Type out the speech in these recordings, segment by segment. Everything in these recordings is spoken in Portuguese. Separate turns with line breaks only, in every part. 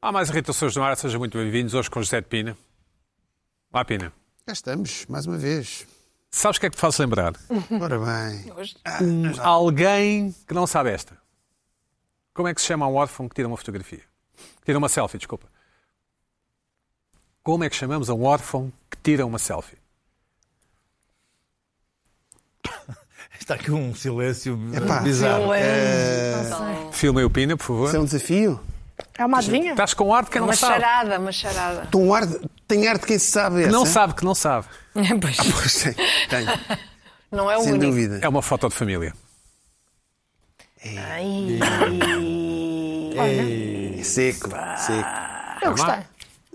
Há mais irritações no ar, sejam muito bem-vindos. Hoje com José de Pina. Olá, Pina.
Cá estamos, mais uma vez.
Sabes o que é que te faz lembrar?
Ora bem.
Alguém que não sabe esta. Como é que se chama um órfão que tira uma fotografia? Que tira uma selfie, desculpa. Como é que chamamos a um órfão que tira uma selfie?
Está aqui um silêncio
Epá. Eh,
bizarro.
Filmei o Pina, por favor.
Isso é um desafio?
É uma adivinha?
Estás com ar de quem não
Uma
sabe.
charada, uma charada.
Tem, um ar de... Tem ar de quem se sabe essa?
Não sabe que não sabe.
Ah, Pois,
Pois tem, tem,
não é o
sem
único.
dúvida.
É uma foto de família.
Ai.
É seco, seco.
Eu gostei.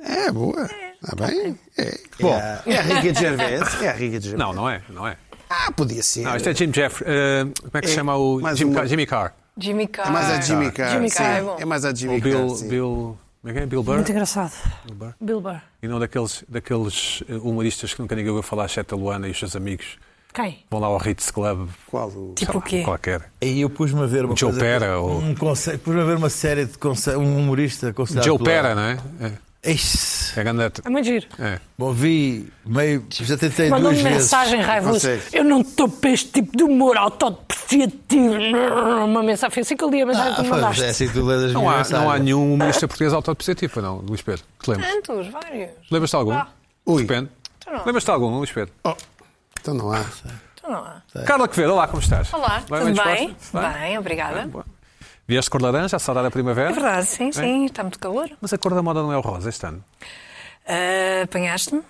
É boa. Está bem? É. Bom, é a Riga de Gervais. É a Riga de
Não,
Gervais.
não é, não é.
Ah, podia ser.
Não, isto é Jim Jeff. eh, como é que se
É,
chama o
mais
Jim
uma.
Carr- Jimmy Carr?
Jimmy Carr.
É mais a Jimmy Carr.
Jimmy Carr
sim.
é bom.
É mais a Jimmy
Ou Bill,
Carr. sim.
Bill, como é que é? Bill Burr?
Muito engraçado. Bill Burr.
E não daqueles, daqueles eh, humoristas que nunca ninguém ouviu falar, exceto a Luana e os seus amigos.
Quem?
Vão lá ao Ritz Club.
Qual o...
sei
Tipo
lá,
o quê?
Qualquer.
E eu pus-me a ver uma
Joe
coisa-
Pera, ou-
um conce- pus-me a ver uma série de conce- um humorista aconselhado
Joe
pela-
Pera, não é? É,
Ixi,
é grande.
É muito giro.
É.
bom, vi meio, já tentei duas
Mandou-me
vezes.
mensagem raivoso.
Consegue.
Eu não estou para este tipo de humor autodepreciativo. Uma mensagem. Foi assim que eu li a mensagem
Ah,
que tu
pois,
mandaste.
é assim que tu lês as
Não,
minhas
há,
mensagens.
não há nenhum humorista português autodepreciativo, pois não, Luís Pedro? Te lembras?
Tantos, vários.
Lembras-te de algum?
Ah.
Ui.
Depende.
Então não.
Lembras-te de algum, Luís Pedro?
Então não há.
Então não há.
Carla Quevedo, olá, como estás?
Olá, tudo bem?
disposta?
Bem, obrigada.
Boa. Vieste de cor de laranja, a saudar a
É
primavera.
verdade, sim, sim, está muito calor.
Mas a cor da moda não é o rosa este ano,
Ah, Apanhaste-me?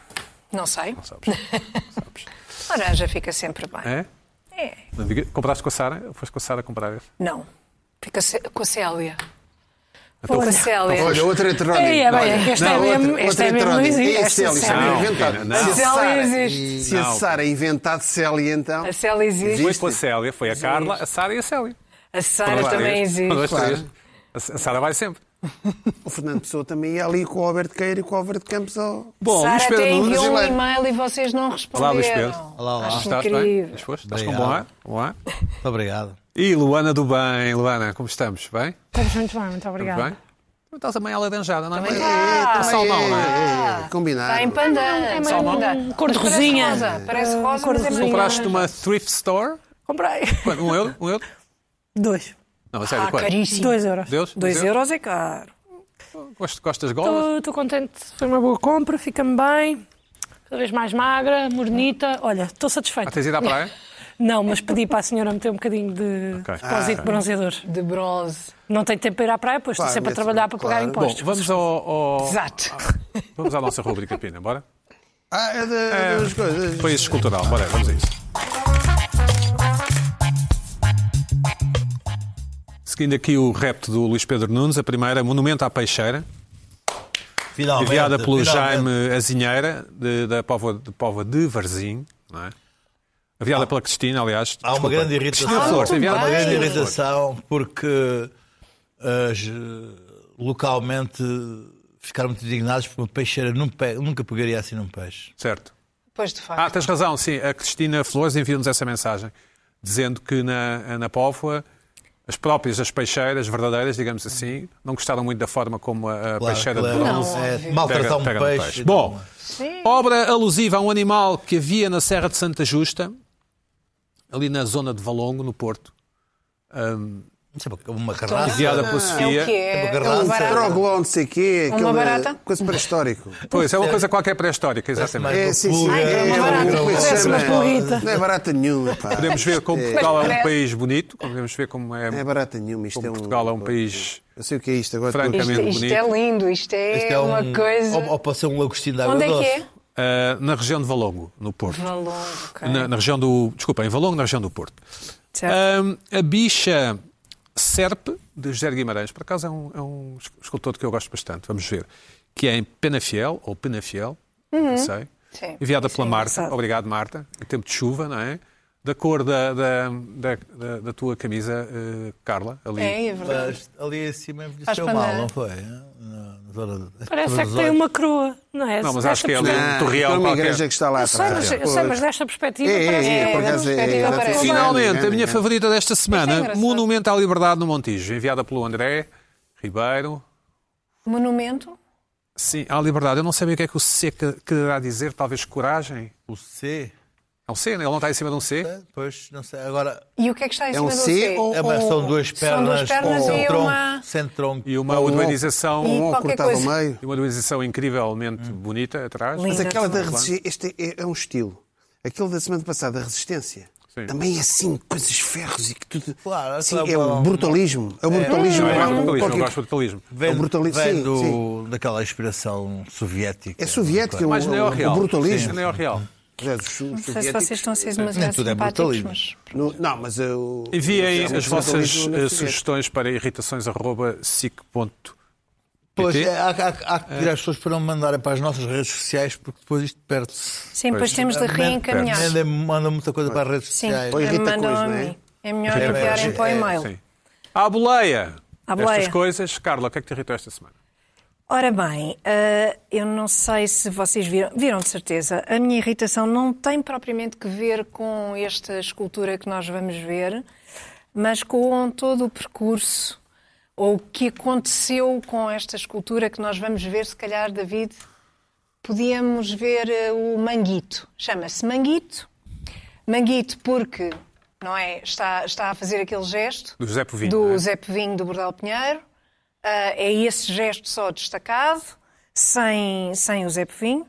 Não sei.
não sabes? Não sabes.
Laranja fica sempre bem.
É?
É.
Compraste com a Sara? Foste com a Sara comprar esse?
Não. Fica ce- com a Célia.
Então,
Com a
foi-
Célia.
Olha, outra heterónima.
Ei, é bem,
Olha,
esta é
não,
mesmo-
outra-
esta
outra
é mesmo
heterónima.
existe,
É a
esta
Célia, isso é
Célia.
mesmo
Não,
inventado.
não.
Se a
A Célia
Sara-
existe.
Se a
Não.
Sara inventar Célia, então...
A Célia
Foi
existe.
com a Célia, foi a Carla, a Sara e a Célia.
A
Um,
Sara
dois,
também
três. Um,
existe.
dois, três.
Claro.
A Sara vai sempre.
O Fernando Pessoa também ia ali com o Alberto Queiro e com o Alberto Campos ao...
Bom,
Sara
Luís Pedro
até
Nunes.
enviou um
brasileiro.
e-mail e vocês não responderam.
Olá, Luís Pedro.
Olá, olá.
Acho
Estás bem?
incrível.
Mas foste? Estás com bom ar? Bom ar?
Muito obrigado.
E Luana do Bem. Luana, como estamos? Bem?
Estamos muito bem, muito
Estamos
obrigada.
bem? Mas Estás a meio alaranjada, não é?
Também tá.
Está salmão, não é?
É, é,
Ah,
é, combinado.
Está em pandã. Está em pandã.
Cor de rosinha.
um. Parece rosa,
Ah, cor
mas
de
é
rosinha.
muito
Compraste numa thrift store?
Comprei.
Quanto? Um euro? Um euro?
Dois.
Não, a sério,
Ah,
quanto?
caríssimo.
Dois euros.
Deus?
Dois
Deus?
euros é caro.
Gosto- Gostas de golas?
Estou contente. Foi uma boa compra. Fica-me bem. Cada vez mais magra, mornita. Olha, estou
Ah,
satisfeita.
tens ido à praia?
Não, mas pedi para a senhora meter um bocadinho de
Ok.
depósito
Ah.
de bronzeador.
De bronze.
Não tenho tempo para ir à praia, pois
Claro,
estou sempre a
nesse-
trabalhar para pagar
claro.
Bom,
impostos.
vamos ao, ao-
Exato.
vamos à nossa rubrica, Pina, bora?
Ah, é da- das coisas.
Foi isso escultural, bora, vamos a isso. Seguindo aqui o repto do Luís Pedro Nunes, a primeira, Monumento à Peixeira,
Finalmente,
enviada pelo
finalmente.
Jaime Azinheira, de- da Póvoa de, Póvoa de Varzim, não é? Enviada pela Cristina, aliás.
Ah. Há uma
desculpa.
grande irritação.
Cristina Flores,
Há
enviada
uma
pela
grande
Cristina Flores.
irritação porque eh, ge- localmente ficaram muito indignados porque uma peixeira num pe- nunca pegaria assim num peixe.
Certo.
Pois de
Ah,
facto.
tens razão, sim. A Cristina Flores enviou-nos essa mensagem, dizendo que na, na Póvoa as próprias, as peixeiras verdadeiras, digamos assim, não gostaram muito da forma como a, a peixeira de
claro,
bronze
bronze.
é,
Não,
maltratar um
no
peixe.
Bom,
Sim.
obra alusiva a um animal que havia na Serra de Santa Justa, ali na zona de Valongo, no Porto,
Não sei, é uma carraça.
enviada pela
É o
Sofia.
que é?
É uma
É um
Lança.
troglão, não sei o quê. aquele- eh,
barata?
Coisa pré-histórico.
Pois, é uma coisa qualquer pré-histórica, exatamente.
É, sim, sim.
Ai,
é,
uma barata.
uma coisa
Parece
chama-
uma pulguita.
Não é barata nenhuma, pá.
Podemos ver como
É.
Portugal é um
parece-
país bonito, como podemos ver como é,
Não é barata nenhuma. Isto
como
é um...
Portugal é um país...
Eu sei o que é isto agora.
Francamente.
estou
Isto,
aqui.
Extremamente
isto
bonito.
é lindo. Isto é,
Isto é um-
uma coisa.
Ou, ou pode ser um lagostinho de água
Onde é
doce.
que é?
ah, na região de Valongo, no Porto.
Valongo, ok.
na, na região do. Desculpa, em Valongo, na região do Porto.
Certo.
Ahm, a bicha Serpe, de José de Guimarães, por acaso é um, é um es- escultor que eu gosto bastante, vamos ver, que é em Penafiel, ou Penafiel, não sei,
Uhum. Sim,
enviada pela
sim,
Marta,
engraçado.
obrigado Marta, em tempo de chuva, não é? Da cor da, da, da, da- da tua camisa, eh, Carla, ali.
É, é verdade.
Mas ali acima
Faz
envelheceu
panela.
mal, não foi? Na- na zona de-
Parece é que
dos
tem
olhos.
uma crua, não é?
Não, mas
Desta
acho que é ali
perspectiva-
um
Ah,
torreão
é uma
qualquer.
igreja que está lá
Eu sei, mas, eu sei, mas desta perspectiva
É,
parece
é,
que
é, por acaso
é.
é,
perspectiva
é,
parece.
exatamente.
Finalmente, a
Engana,
minha
engana.
favorita desta semana,
é engraçado.
Monumento à Liberdade no Montijo, enviada pelo André Ribeiro.
Monumento?
Sim, à liberdade. Eu não sabia o que é que o C que- quererá dizer, talvez coragem.
O C?
É um C, né? ele não está em cima de um C.
Pois, não sei. Agora,
E o que é que está em
É
cima
um
do
C
C?
ou
é,
Oh,
mas são duas
São
pernas,
duas pernas
com um
e
tronco,
uma-
sem tronco.
E uma
Ou-
urbanização,
E
Um ó
qualquer
cortado ao
coisa.
meio.
e uma urbanização incrivelmente bonita atrás.
Lindo.
Mas aquela da
Claro.
resistência, este é, é um estilo. Aquele da semana passada, a resistência.
Sim.
Também é assim, coisas ferros e que tudo.
Claro,
Sim,
aquela-
é o brutalismo. É o brutalismo.
Não, é
um-
brutalismo, eu
qualquer-
gosto de brutalismo.
Vem,
É um brutali-
vem
sim,
do, daquela inspiração soviética.
É soviético, é o,
Mas
o-
não é o real.
o brutalismo.
Sim, não é o real.
Jesus,
Não sei se vocês estão a ser
Nem
demasiado
tudo é
simpáticos,
brutalismo.
mas...
No- não, mas eu.
Enviem
mas é um
as vossas
brutalismo
eh,
na soviética.
sugestões para irritações.sic.com.
Pois,
PT?
é, há, há- há que pedir às pessoas para não mandarem para as nossas redes sociais, porque depois isto perde-se.
Sim, depois temos de reencaminhar.
Manda, manda muita coisa para as redes
Sim,
sociais.
Pois, irrita
mandam
coisa,
a
não é?
mim. É melhor
É,
enviarem
é,
para o
é,
e-mail.
Sim. À boleia.
À
Destas
boleia.
coisas. Carla, o que é que te irritou esta semana?
Ora bem, ah, eu não sei se vocês viram, viram de certeza, a minha irritação não tem propriamente que ver com esta escultura que nós vamos ver, mas com todo o percurso, ou o que aconteceu com esta escultura que nós vamos ver, se calhar, David, podíamos ver eh, o Manguito. Chama-se Manguito. Manguito porque não é, está, está a fazer aquele gesto
Do José Povinho,
do
não é?
Zé Povinho do Bordal Pinheiro. Ah, é esse gesto só destacado, sem, sem o Zé Povinho.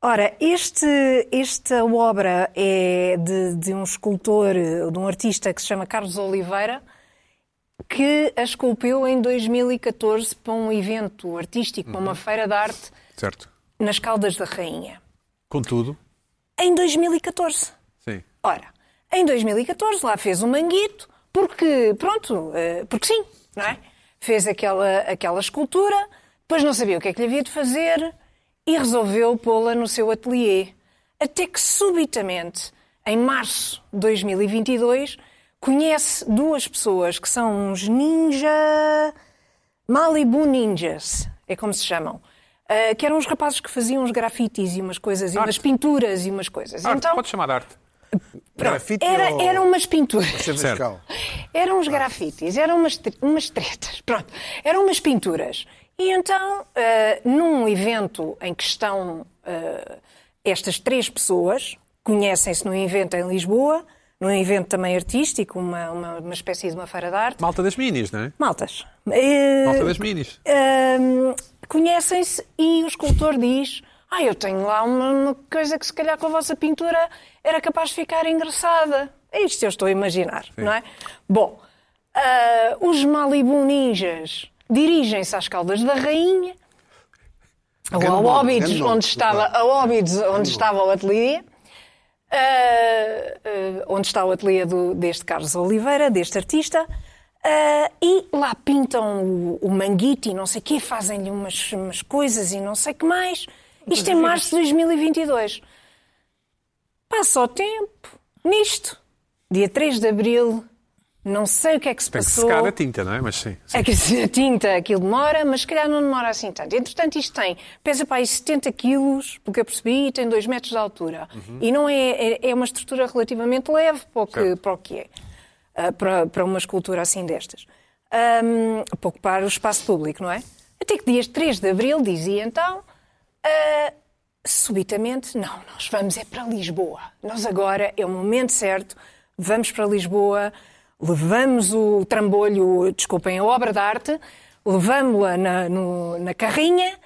Ora, este, esta obra é de, de um escultor, eh, de um artista que se chama Carlos Oliveira, que a esculpiu em 2014 para um evento artístico, para
Uhum.
uma feira de arte
Certo.
nas Caldas da Rainha.
Contudo.
Em 2014.
Sim.
Ora, em 2014 lá fez um manguito, porque, pronto, eh, porque sim, não é? Fez aquela, aquela escultura, depois não sabia o que é que lhe havia de fazer e resolveu pô-la no seu ateliê. Até que subitamente, em março de 2022, conhece duas pessoas que são uns ninja. Malibu Ninjas, é como se chamam. Ah, que eram uns rapazes que faziam uns grafites e umas coisas, e
Arte.
umas pinturas e umas coisas.
Arte,
então,
pode chamar de arte.
Grafite
era, um-
ou-
eram umas pinturas.
Certo.
Certo.
Eram uns grafites, eram umas, tre- umas tretas, pronto. Eram umas pinturas. E então, ah, num evento em que estão ah, estas três pessoas, conhecem-se num evento em Lisboa, num evento também artístico, uma, uma, uma espécie de uma feira de arte.
Malta das minis, não é?
Maltas. eh,
Malta das minis.
Hum, conhecem-se e o escultor diz: Ah, eu tenho lá uma, uma coisa que se calhar com a vossa pintura era capaz de ficar engraçada. É isto que eu estou a imaginar, não é? Bom, ah, os Malibu Ninjas dirigem-se às Caldas da Rainha, ou ao
nome,
Óbidos,
grande nome.
onde estava, ao Óbidos, onde estava o ateliê. Uh, uh, onde está o ateliê do- deste Carlos Oliveira, deste artista, uh, e lá pintam o, o manguito e não sei o quê, fazem-lhe umas, umas coisas e não sei o que mais. Isto em março de 2022. Passa o tempo, nisto, dia 3 de abril, não sei o que é que se
Tem que
passou.
secar a tinta, não é? Mas sim.
É que a tinta, aquilo demora, mas se calhar não demora assim tanto. Entretanto, isto tem, pesa para aí 70 quilos, porque eu percebi, e tem 2 metros de altura. E não é, é, é uma estrutura relativamente leve para o que,
Certo.
para o que é, ah, para, para uma escultura assim destas. Ahm, para ocupar o espaço público, não é? Até que dias 3 de abril, dizia então, ah, subitamente, não, nós vamos é para Lisboa. Nós agora é o momento certo, vamos para Lisboa, levamos o trambolho, desculpem, a obra de arte, levamos-la na, no- na carrinha,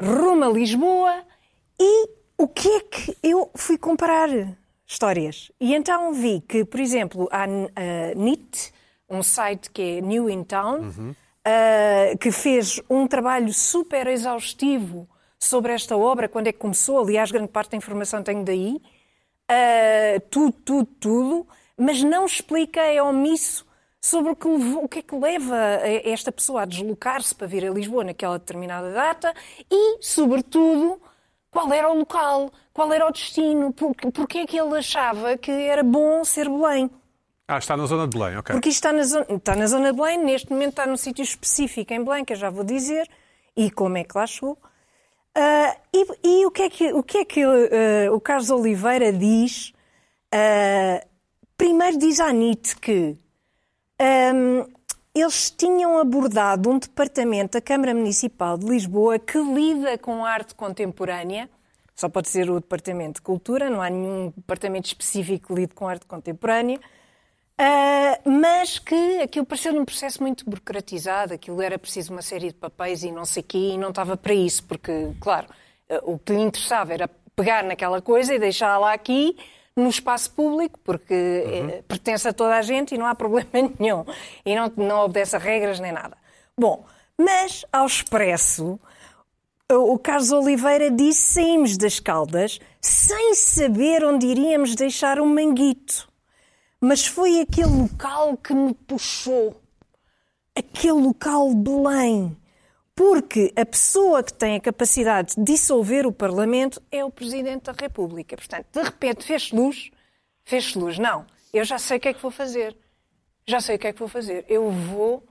rumo a Lisboa e o que é que eu fui comparar histórias? E então vi que, por exemplo, há uh, a NIT, um site que é New in Town, ah, que fez um trabalho super exaustivo sobre esta obra, quando é que começou, aliás, grande parte da informação tenho daí, ah, tudo, tudo, tudo, mas não explica, é omisso sobre o que, levou- o que é que leva a- esta pessoa a deslocar-se para vir a Lisboa naquela determinada data e, sobretudo, qual era o local, qual era o destino, por- porque é que ele achava que era bom ser Belém.
Ah, está na zona de Belém, ok.
Porque isto está na, zona, está na zona de Belém, neste momento está num sítio específico em Belém, que eu já vou dizer, e como é que lá chegou. Ah, e, e o que é que, o, que é que, ah, o Carlos Oliveira diz? Ah, primeiro diz à NIT que hum, eles tinham abordado um departamento da Câmara Municipal de Lisboa que lida com arte contemporânea. Só pode ser o Departamento de Cultura, não há nenhum departamento específico que lide com arte contemporânea. Ah, mas que aquilo pareceu-lhe um processo muito burocratizado, aquilo era preciso uma série de papéis e não sei o quê, e não estava para isso, porque, claro, eh, o que lhe interessava era pegar naquela coisa e deixá-la aqui, no espaço público, porque eh, pertence a toda a gente e não há problema nenhum, e não, não obedece a regras nem nada. Bom, mas ao expresso, o o Carlos Oliveira disse: saímos das Caldas sem saber onde iríamos deixar o Manguito. Mas foi aquele local que me puxou. Aquele local de Belém. Porque a pessoa que tem a capacidade de dissolver o Parlamento é o Presidente da República. Portanto, de repente, fez luz. fez luz. Não, eu já sei o que é que vou fazer. Já sei o que é que vou fazer. Eu vou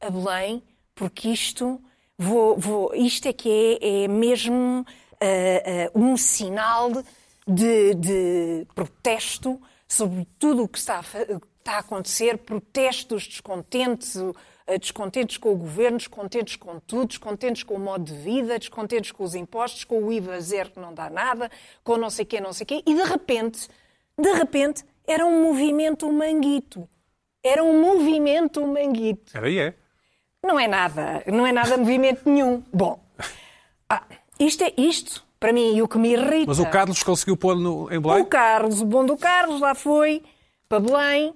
a Belém, porque isto, vou, vou- isto é que é, é mesmo ah, ah, um sinal de, de protesto sobre tudo o que está a, fa- que está a acontecer, protesto dos descontentes, o- ah, descontentes com o governo, descontentes com tudo, descontentes com o modo de vida, descontentes com os impostos, com o IVA zero que não dá nada, com não sei quê, não sei quê, e de repente, de repente, era um movimento manguito. Era um movimento manguito.
Era e é.
Não é nada, não é nada movimento nenhum. Bom, ah, isto é isto, para mim, e o que me irrita.
Mas o Carlos conseguiu pôr no, em
O
Belém?
Carlos, o bom do Carlos, lá foi para Belém,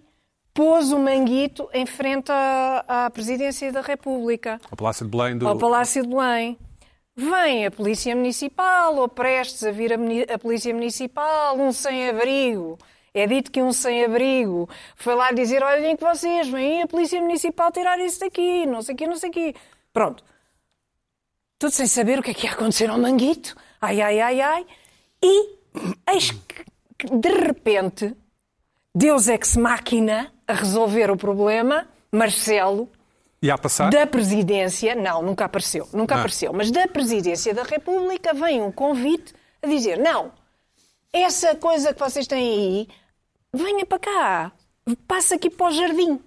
pôs o manguito em frente à, à presidência da República,
O Palácio de Belém do...
ao Palácio de Belém. Vem a Polícia Municipal, ou prestes a vir a, muni- a Polícia Municipal, um sem-abrigo. É dito que um sem-abrigo foi lá dizer: olhem que vocês, vem a Polícia Municipal tirar isso daqui, não sei o quê, não sei o quê. Pronto tudo sem saber o que é que ia acontecer ao Manguito. Ai, ai, ai, ai. E eis que, que, de repente, Deus ex máquina a resolver o problema, Marcelo,
E a passar?
da presidência, não, nunca apareceu, nunca
Ah.
apareceu, mas da presidência da República vem um convite a dizer: não, essa coisa que vocês têm aí, venha para cá, passa aqui para o jardim.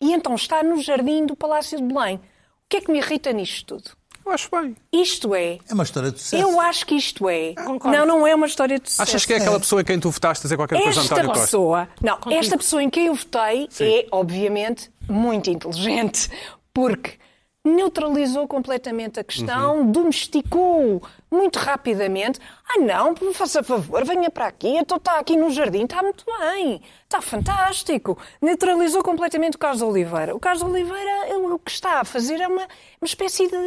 E então está no jardim do Palácio de Belém. O que é que me irrita nisto tudo?
Eu acho bem.
Isto é,
É uma história de sucesso.
eu acho que isto é. Não, não é uma história de sucesso. É
Achas que é aquela pessoa em quem tu votaste a dizer qualquer coisa,
Esta
António Costa?
pessoa, não, esta pessoa em quem eu votei é, obviamente, muito inteligente, porque neutralizou completamente a questão,
Uhum.
domesticou muito rapidamente. Ah, não, me faça favor, venha para aqui, então está aqui no jardim, está muito bem, está fantástico. Neutralizou completamente o Carlos Oliveira. O Carlos Oliveira, ele, o que está a fazer é uma, uma espécie de é,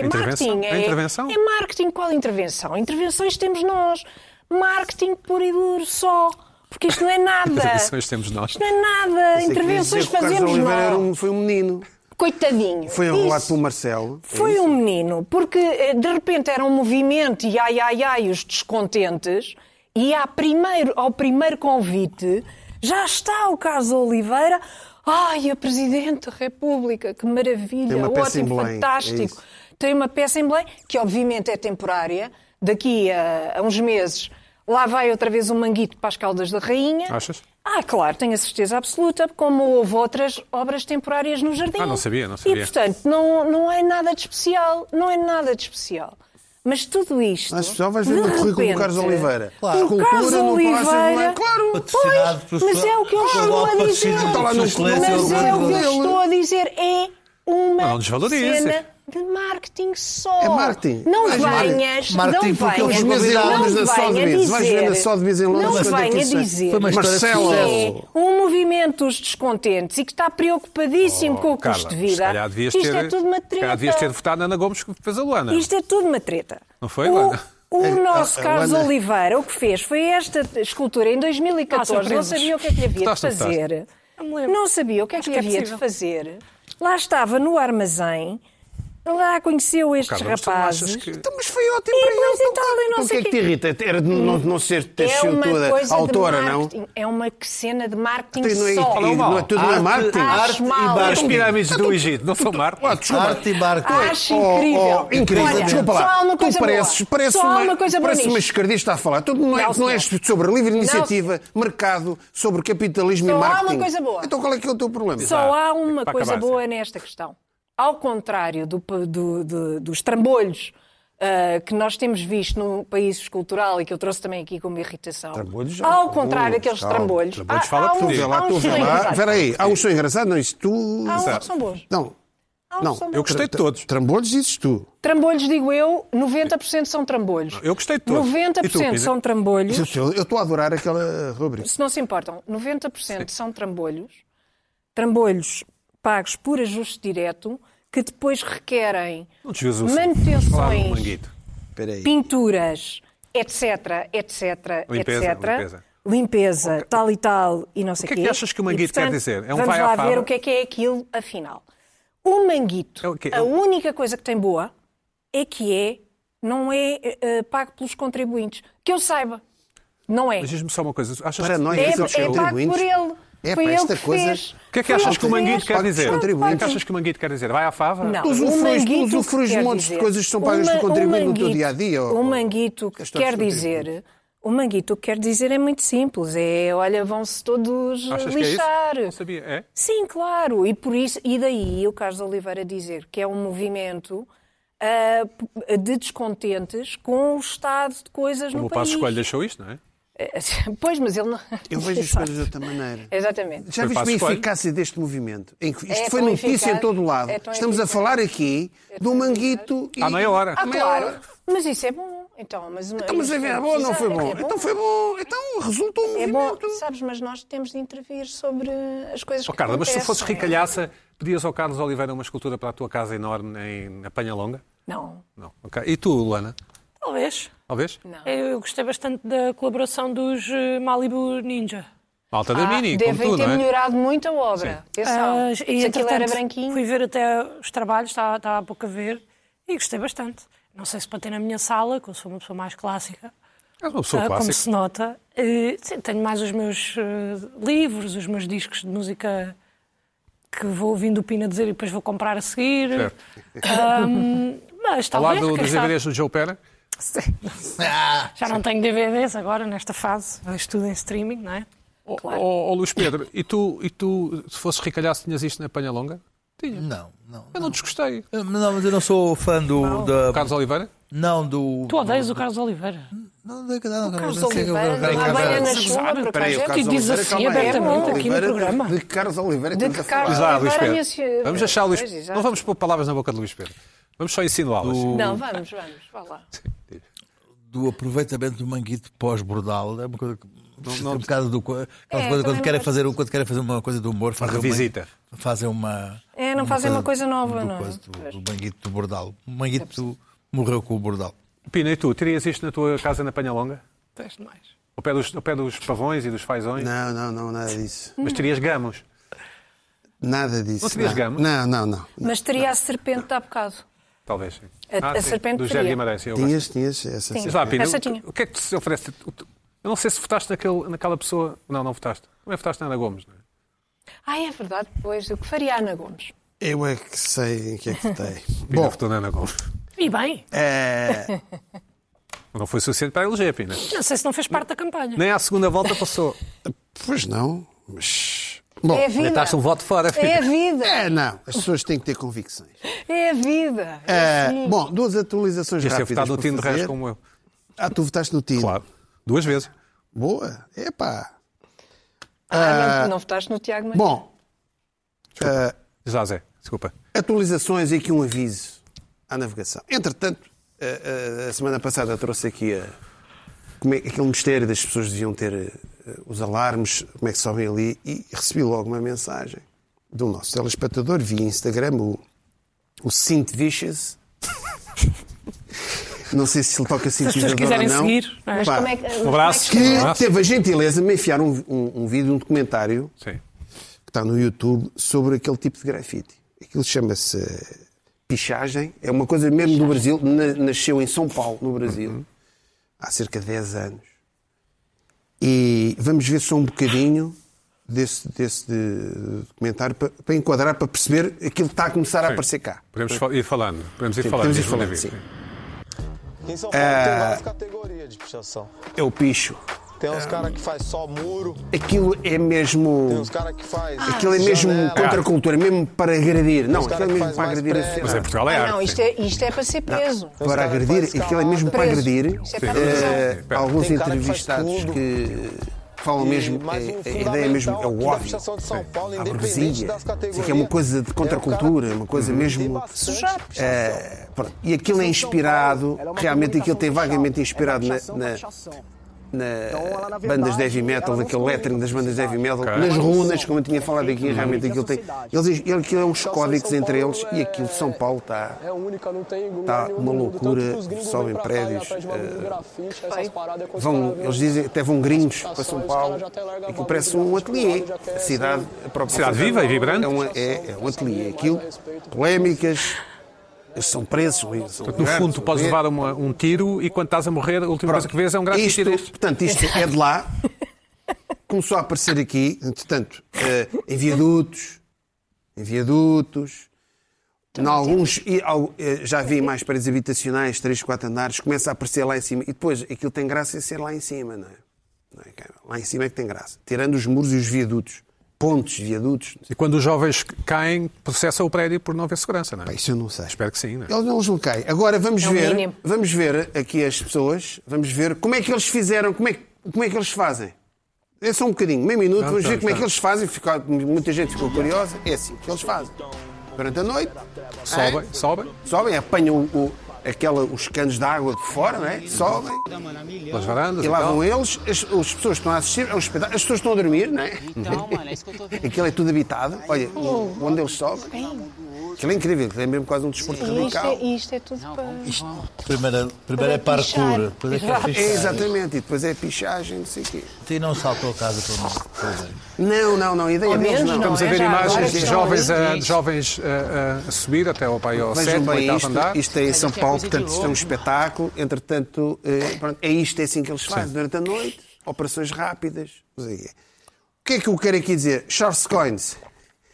é
Intervenção.
marketing.
É intervenção.
é marketing, qual intervenção? Intervenções temos nós. Marketing puro e duro só. Porque isto não é nada.
Intervenções temos nós.
Isto não é nada. Intervenções fazemos nós.
foi um menino.
Coitadinho.
Foi enrolado
Isso.
pelo Marcelo.
Foi um menino, porque eh, de repente era um movimento e ai, ai, ai, os descontentes, e à primeiro, ao primeiro convite já está o Carlos Oliveira. Ai, a Presidente da República, que maravilha,
Tem uma peça em
ótimo,
Belém, é
fantástico.
isso.
Tem uma peça em Belém, que obviamente é temporária, daqui a, a uns meses lá vai outra vez um manguito para as Caldas da Rainha.
Achas?
Ah, claro, tenho a certeza absoluta, como houve outras obras temporárias no jardim.
Ah, não sabia, não
um- E,
sabia.
portanto, não, não é nada de especial, não é nada de especial. Mas tudo isto...
Mas pessoal, vais ver
de
no currículo do
repente,
Carlos Oliveira.
Claro. O
Escultura
Carlos
no Palácio de Belém.
Oliveira...
Claro.
Patrocinado
Pois,
por
mas é o que eu
Claro,
estou a
patrocinado
dizer.
Ah,
por
Está lá
Sua
no
Excelência,
currículo.
Mas
Dom
é o que
Pedro.
eu estou a dizer, é uma
Ah, Não desvalorize.
cena de marketing só.
É marketing.
Não
Mas mar-
venhas,
marketing
não
porque eles
venhas,
meus alunos
não
da
venha
Sotheby's, vais ver na Sotheby's em
dizer,
Londres
não
quanto é que
venha
isso é.
dizer
Foi uma história de
Marcelo.
sucesso.
é um movimento dos descontentes e que está preocupadíssimo
Oh,
com o
Carla,
custo
Se
de vida.
calhar devias
Isto
ter,
é tudo uma
se calhar devias ter
treta.
votado na Ana Gomes que fez a Luana.
Isto é tudo uma treta.
Não foi,
o,
Luana?
o nosso
É, a- a
Carlos
Luana-
Oliveira, o que fez foi esta escultura em 2014.
Ah,
não
surpresos.
sabia o que é que lhe havia de
Estás, estás.
fazer.
Não me lembro.
Não sabia o que é
Acho
que lhe
que é
havia
possível.
de fazer. Lá estava no armazém lá conheceu estes
Oh, Carla, mas tu não
rapazes.
achas que-
Então, mas foi ótimo para
mas
ele.
e tal, e não
então, o que
sei
é que
quê. Hum.
te irrita? Era de não, não ser, ter sido toda É autora,
É de
não?
marketing. É uma cena de marketing
Tem- Não é,
só.
e- e não é tudo não é
Arte-
marketing.
Acho
Arte e
mal.
As
barco.
pirâmides do Egito não são Marte?
Arte e barco.
Acho
Oh,
incrível.
oh, incrível.
Olha,
Desculpa lá.
Só há uma coisa
tu pareces,
boa.
pareces
só há
uma,
uma coisa boa
pareces uma
nisto.
esquerdista a falar. Tu não, é,
Não,
tu não és
senhor.
sobre livre iniciativa, mercado, sobre capitalismo
Só
e
há uma
marketing.
coisa boa.
Então qual é que é o teu problema?
Só há uma
Para
coisa
acabar,
boa
sim.
nesta questão. Ao contrário do pa- do- do- dos trambolhos ah, que nós temos visto no país cultural e que eu trouxe também aqui como irritação.
Trambolhos já.
Ao contrário daqueles
Calma,
trambolhos.
trambolhos
há-
fala
há
tudo.
uns-
Tu vê lá,
há uns
tu vê lá.
engraçados.
Espera aí, há uns que são engraçados? Não, é isso tu...
Há um uns que
Exato.
são bons.
Não.
Há uns que são
Não,
bons.
gostei de todos.
Trambolhos dizes tu.
Trambolhos, digo eu, 90% são trambolhos.
Eu gostei de todos.
90%
E tu, Pina?
são trambolhos.
Isso, Eu eu estou a adorar aquela rubrica.
se não se importam, 90% são trambolhos, trambolhos pagos por ajuste direto, que depois requerem
Não desvias o Falar do
manutenções, É.
manguito.
Espera aí.
pinturas, etc, etc,
Limpeza,
etc.
limpeza.
Limpeza, tal e tal, e não sei
O que é
quê.
que achas que o manguito
E, portanto,
quer dizer? É um
vamos
vai à
lá
fada?
ver o que é que é aquilo, afinal. O manguito,
É o quê?
a única coisa que tem boa é que é, não é eh, pago pelos contribuintes. Que eu saiba, não é.
Mas diz-me só uma coisa. Achas
Para
que-
nós,
É,
Esse
é
o
pago
contribuinte.
por ele.
É,
Foi
pá,
ele
esta
que
coisa-
fez.
O que é que
Foi
achas
ele
que o Manguito
fez.
quer
Pagos
dizer? O que é que
contribuintes.
achas que o Manguito quer dizer? Vai à fava?
Não,
Tu usufruis-
o
tu
manguito
usufruis de
quer
montes de
dizer-
coisas que são pagas
o
pelo
ma- o
contribuinte no teu
manguito-
dia-a-dia, ou-
O manguito que
questões
quer
do
dizer... O manguito que quer dizer é muito simples. É, olha, vão-se todos
Achas que é isso?
lixar.
Não sabia. É?
Sim, claro. E por isso, e daí o Carlos Oliveira dizer que é um movimento ah, de descontentes com o estado de coisas
Como
no
o Passo
país.
Escolho deixou isto, não é?
Pois, mas ele não...
Eu vejo as
Exato.
coisas de outra maneira.
Exatamente.
Já
Foi
viste a
Passos Coelho.
eficácia deste movimento? Em que Isto
É
foi
tão
notícia
eficaz,
em todo o lado.
é tão
Estamos a
eficaz. É
falar aqui de um manguito. e-
Há meia hora.
Ah,
Há
claro. Mas isso é bom. Então, mas uma...
Então, mas a ver, é bom não foi bom?
É
Então foi bom. Então resultou um
É bom,
movimento.
sabes, mas nós temos de intervir sobre as coisas
Ó,
que
Carla, mas se
acontecem.
tu fosses ricalhaça, pedias ao Carlos Oliveira uma escultura para a tua casa enorme em, na Penha Longa?
Não,
Não. Ok. E tu, Luana?
Talvez.
Talvez?
não.
Eu gostei bastante da colaboração dos eh, Malibu Ninja.
Malta da Mini, como
Ah, devem
tu,
ter
não é?
melhorado muito a obra. Atenção.
Ah,
Se
e,
aquilo era
entretanto,
branquinho.
Fui ver até os trabalhos, estava, estava há pouco a ver, e gostei bastante. Não sei se para ter na minha sala, que eu sou uma pessoa mais clássica,
És uma pessoa
ah, como
clássica.
se nota. Eh, sim, tenho mais os meus eh, livros, os meus discos de música que vou ouvindo o Pina dizer e depois vou comprar a seguir.
Certo.
Ahm, mas
Ao lado
talvez.
é,
quem
dos
sabe?
DVDs do Joe Pera,
Ah,
Já não tenho DVDs agora, nesta fase. Vejo tudo em streaming, não é?
Ó ó, ó, Luís Pedro, e tu, e tu, se fosses ricalhaço, tinhas isto na Penha Longa? Tinha.
Não, não.
Eu não desgostei.
Eu- Não, mas eu não sou fã do. da-
Carlos Oliveira?
Não, do.
Tu odeias o Carlos Oliveira.
Não, não, não, não,
Carlos
não sei o que eu-
Oliveira,
Carlos
não há banha
Oliveira.
na chuva, por
Espera aí, o
acaso.
Carlos
e diz
Oliveira,
assim
calma aí.
abertamente
É
Carlos
aqui no
Oliveira,
programa.
De Carlos Oliveira.
De
estamos a
que
falar.
Carlos-
Já, Luís
Agora
Pedro.
ia se-
Vamos deixar o Luís.
Pois, exato.
Não vamos pôr palavras na boca do Luís Pedro. Vamos só insinuá-las.
Não, vamos, vamos. Vá lá.
Do aproveitamento do manguito pós-bordal. É uma coisa que. um bocado do. co-
É,
aquela coisa,
também
quando,
não
querem
gosto.
fazer, um- quando querem fazer uma coisa do humor, fazem
revisita.
Uma, fazem uma.
É, não fazem uma coisa nova,
do
não é?
coisa do, do manguito do bordal. O manguito morreu com o bordal.
Pina, e tu, terias isto na tua casa na Penha Longa?
Tens demais.
Ao pé dos, ao pé dos pavões e dos fazões?
Não, não, não, nada disso.
Mas terias gamos.
Nada disso.
Não tinhas
não.
gama?
Não, não, não.
Mas teria a serpente de há bocado.
Talvez. sim. Ah,
A- a
sim,
serpente
Do
teria.
Jair Guimarães, sim, eu gosto.
Tinhas, tinhas. Essa
Tinha.
Mas lá, Pina,
Essa
o que-
tinha.
o que é que se oferece? O tu- Eu não sei se votaste naquele, naquela pessoa. Não, não votaste. Não é votaste na Ana Gomes, não é?
Ah, é verdade, pois. O que faria a Ana Gomes?
Eu é que sei em que é que votei.
Pina
Bom,
votou na Ana Gomes.
E bem,
é...
Não foi suficiente para eleger, Pina.
não sei se não fez parte da campanha.
Nem à segunda volta passou.
pois não, mas... Bom,
É a vida.
Deitaste um voto fora, Pina.
É a vida.
é, não. As pessoas têm que ter convicções.
É a vida.
Ah.
É, bom, duas atualizações
Este é
rápidas.
votado no
para
Tino de
fazer.
Reis como eu.
Ah, tu votaste no Tino.
Claro. Duas vezes.
Boa. Epá.
Ah, não, não votaste no Tiago, mas...
Bom,
Já, Zé. Desculpa.
atualizações e aqui um aviso à navegação. Entretanto, a, a- a semana passada eu trouxe aqui a- como é- aquele mistério das pessoas deviam ter eh, os alarmes, como é que sobem ali, e recebi logo uma mensagem do nosso telespectador via Instagram, o, o Synth Vicious. Não sei se ele toca
as pessoas
sintetizador
quiserem
ou não.
seguir, não é? Mas
Pá,
Como é que...
Um abraço.
que
Um abraço.
teve a gentileza de me enfiar um, um, um vídeo, um documentário
Sim.
que está no YouTube sobre aquele tipo de grafite. Aquilo chama-se pichagem, é uma coisa mesmo do Brasil, na- nasceu em São Paulo, no Brasil, há cerca de 10 anos. E vamos ver só um bocadinho desse, desse de- documentário para, para enquadrar, para perceber aquilo que está a começar a aparecer cá.
Podemos fal- ir falando. Podemos ir
Sim,
falando.
podemos ir
diz-me,
falando,
David.
sim.
Aqui em São Paulo tem várias categorias de pichação.
É o picho.
Tem uns caras que faz só muro,
Aquilo é
tem
mesmo.
uns caras que faz.
Aquilo é mesmo
janela.
contra a cultura, mesmo para agredir. Não,
Os caras
aquilo é
que fazem
mesmo para
mais
agredir a
prédios.
Mas
sociedade.
em Portugal é
Ah,
arte.
não, isto é, isto é para ser preso.
Os
Para
caras que faz
agredir, aquilo é mesmo para
Presos.
agredir.
Isso é para
Eh,
Sim, pera.
alguns
Tem cara que faz
entrevistados
tudo.
que falam
E
mesmo,
mais um
é- a
fundamental
ideia é mesmo, é
aqui
o
da
óbvio.
pichação de São Paulo,
A
independente
burguesia.
das categorias.
Assim, que é uma coisa de
É um
contracultura,
cara- Uhum.
uma coisa
Tem
mesmo.
bastante pichação.
eh, pronto. E aquilo é inspirado, realmente aquilo tem vagamente
É
inspirado na, na-
na
bandas de heavy metal, aquele lettering das bandas de heavy metal,
Ok.
nas runas, como eu tinha falado aqui, realmente aquilo tem. Eles, aquilo é uns códigos entre eles e aquilo de São Paulo tá está.
É única, não tem igual
Tá
em nenhum
uma
mundo.
loucura,
Tanto que os gringos
sobem
vêm pra cá e
prédios,
atrás de bagulho do
eh,
grafite, essas
vai.
paradas, é quando os
Vão,
caras vêm-
eles dizem, até vão gringos
As
para
um
São
estações,
Paulo.
os caras já até largam a
Aquilo
barra
parece
do
um
grafite pro
ateliê.
lado, já é quer
A cidade, a própria
Cidade viva e vibrante.
É, uma- é- é um ateliê. Aquilo, polémicas, eles são presos. eles são
No
julgados,
fundo, tu
são
podes
presos.
levar uma- um tiro e quando estás a morrer, a última coisa que vês é um grafite
Isto,
deste.
portanto, isto é de lá. Começou a aparecer aqui, entretanto, eh, em viadutos, em viadutos. Em alguns, e al- eh, já vi mais paredes habitacionais, três, quatro andares, começa a aparecer lá em cima. E depois, aquilo tem graça em ser lá em cima, não é? Não é, cara? Lá em cima é que tem graça. Tirando os muros e os viadutos. Pontes, viadutos.
E quando os jovens caem, processa o prédio por não haver segurança, não é?
Pá, Isso eu não sei.
Espero que sim, não é?
Eles não os loquei. Agora vamos
É o
ver,
mínimo.
vamos ver aqui as pessoas, vamos ver como é que eles fizeram, como é, que- como é que eles fazem. É só um bocadinho, meio minuto, vamos
tá,
ver como é
tá.
que eles fazem. Ficou- muita gente ficou curiosa. É assim que eles fazem. Durante a noite, é?
Sobem, sobem,
sobem, apanham o, aquela, os canos de água de fora, não é? sobem,
pelas varandas
e
e
lá
tal.
vão eles, as, as pessoas estão a assistir, é um espetáculo, as pessoas estão a dormir, não é?
Então, mano, é isso que eu tô vendo.
Aquilo é tudo habitado, olha, o- onde eles sobem. Aquilo é incrível, aquilo é mesmo quase um desporto
E isto,
radical.
é, isto é tudo para.
Primeira, primeiro é
Para pichar.
parkour, depois é que é
É,
pichar.
exatamente, e depois é pichagem, não sei o quê.
E não saltou a casa pelo menos.
Não, não, não, a ideia
Ao
deles
menos
não.
não
Estamos a
é
ver
já agora
imagens
que
de
estão
jovens,
ali.
a, de jovens eh, a, a- a subir até ao, pai, ao
Vejam
sétimo,
bem
oitavo
isto,
andar.
isto é em
Mas
São
isto é
Paulo,
coisa de
portanto isto é um
louco.
espetáculo, entretanto, eh, pronto, é isto, é assim que eles fazem, durante a noite, operações rápidas, não sei o quê. O que é que eu quero aqui dizer? Charles Coins,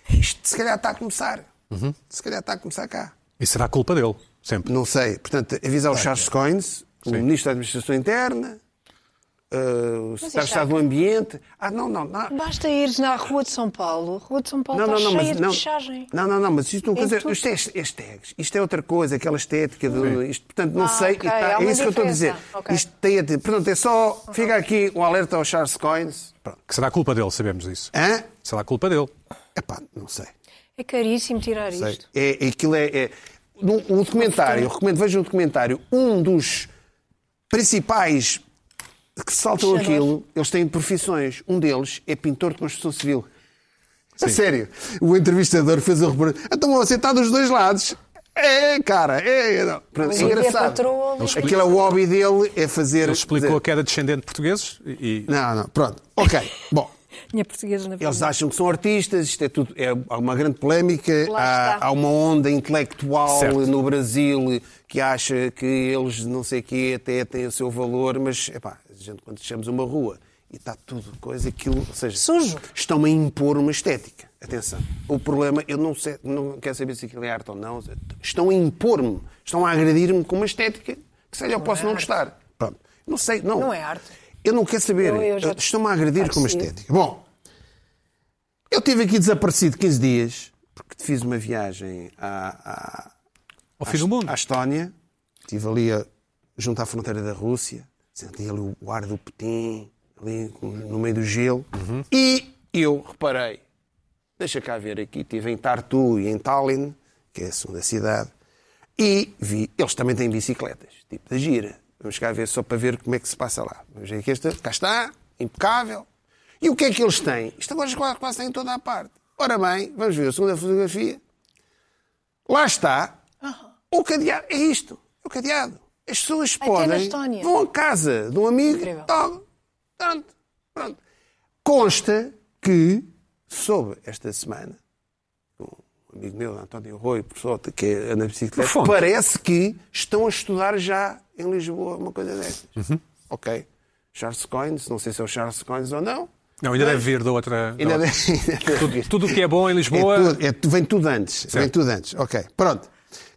isto se calhar está a começar,
Uhum.
se calhar está a começar cá.
E será culpa dele, sempre.
Não sei, portanto, avisar o Charles Coins, o Ministro da Administração Interna, eh, o Secretário de Estado do Ambiente, ah não, não, não,
Basta ires na Rua de São Paulo. A Rua de São Paulo
Não, não,
está
não,
cheia
mas,
tá de
não,
pichagem.
não, não, não, mas isto não quer
Em
dizer.
tudo.
Isto é hashtags, isto é outra coisa, aquela estética do. Isto, portanto, não
Ah,
sei. e
ok,
tá-
há
é
uma
isso que eu estou a dizer.
diferença. Ok.
Isto tem a ter- Portanto, é só. Fica aqui o alerta aos Charles Coins. Pronto.
Que será culpa dele, sabemos isso.
Hã?
Será culpa dele.
Epá, não sei.
É caríssimo tirar
sei.
isto.
É, é aquilo é. é no, o documentário, eu recomendo, vejam o documentário. Um dos principais que saltam
Puxadores.
aquilo, eles têm profissões. Um deles é pintor de construção civil. A sério. O entrevistador fez o reportagem. Então você está dos dois lados. É, cara, é. não. Pronto, é
Ali é
engraçado.
patroa, ali-
Aquilo é o hobby dele, é fazer.
Ele explicou
fazer-
que era descendente de portugueses e, e
Não, não, pronto. Ok, bom.
Tinha portuguesa na
Eles
verdade.
acham que são artistas, isto é tudo. É, há uma grande polémica,
Lá
há,
está.
há uma onda intelectual
Certo.
no Brasil que acha que eles, não sei o quê, até têm o seu valor, mas, epá, gente, quando deixamos uma rua e está tudo coisa, aquilo. Ou seja,
Sujo.
estão a impor uma estética. Atenção. O problema, eu não, sei, não quero saber se aquilo é arte ou não, estão a impor-me, estão a agredir-me com uma estética que, sei lá, eu posso não gostar. Pronto. Não sei, não.
é Não é arte.
Eu não quero saber.
Eu- eu já- Ah,
Estão-me a agredir com uma
Parecido.
estética. Bom, eu estive aqui desaparecido 15 dias, porque fiz uma viagem à, à-
ao fim do mundo.
à Estónia. Estive ali a- junto à fronteira da Rússia. Senti ali o ar do Putin, ali com- no meio do gelo. E eu reparei, deixa cá ver aqui, estive em Tartu e em Tallinn, que é a segunda cidade, e vi, eles também têm bicicletas, tipo da gira. Vamos cá ver só para ver como é que se passa lá. Vamos ver que esta, cá está, impecável. E o que é que eles têm? Isto agora quase, quase tem em toda a parte. Ora bem, vamos ver a segunda fotografia. Lá está o cadeado. É isto. É o cadeado. As pessoas
Até na
podem.
Estónia.
Vão à casa de um amigo.
Incrível.
Tal. Pronto. Pronto. Consta que soube esta semana, com um amigo meu, António Rui, professor, que é, anda de bicicleta,
Profundo.
parece que estão a estudar já em Lisboa uma coisa dessas.
Uhum.
Ok. Charles Coins, não sei se é o Charles Coins ou não.
Não, ainda deve vir de outra.
Ainda
de outra.
deve- ainda deve vir.
Tudo, tudo o que é bom em
É
Lisboa.
tudo- é tu- vem tudo antes. Vem tudo antes. Ok. Pronto.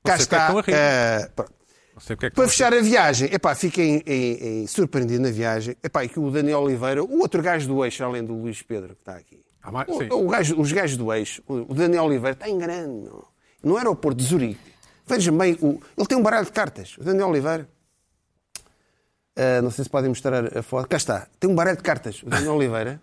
Cá
sei
está.
porque é que estão a
eh, pronto.
Não sei porque é que
Para
não-
fechar a viagem, epá, fiquei em- em- surpreendido na viagem. Epá, e que o Daniel Oliveira, o outro gajo do eixo, além do Luís Pedro, que está aqui.
Ah, mas- sim.
o, o gajo- os gajos do eixo, o o Daniel Oliveira está em grande. Meu. No aeroporto de Zurique. Vejam bem, o- ele tem um baralho de cartas. O Daniel Oliveira. Ah, não sei se podem mostrar a foto. Cá está. Tem um baralho de cartas. O Daniel Oliveira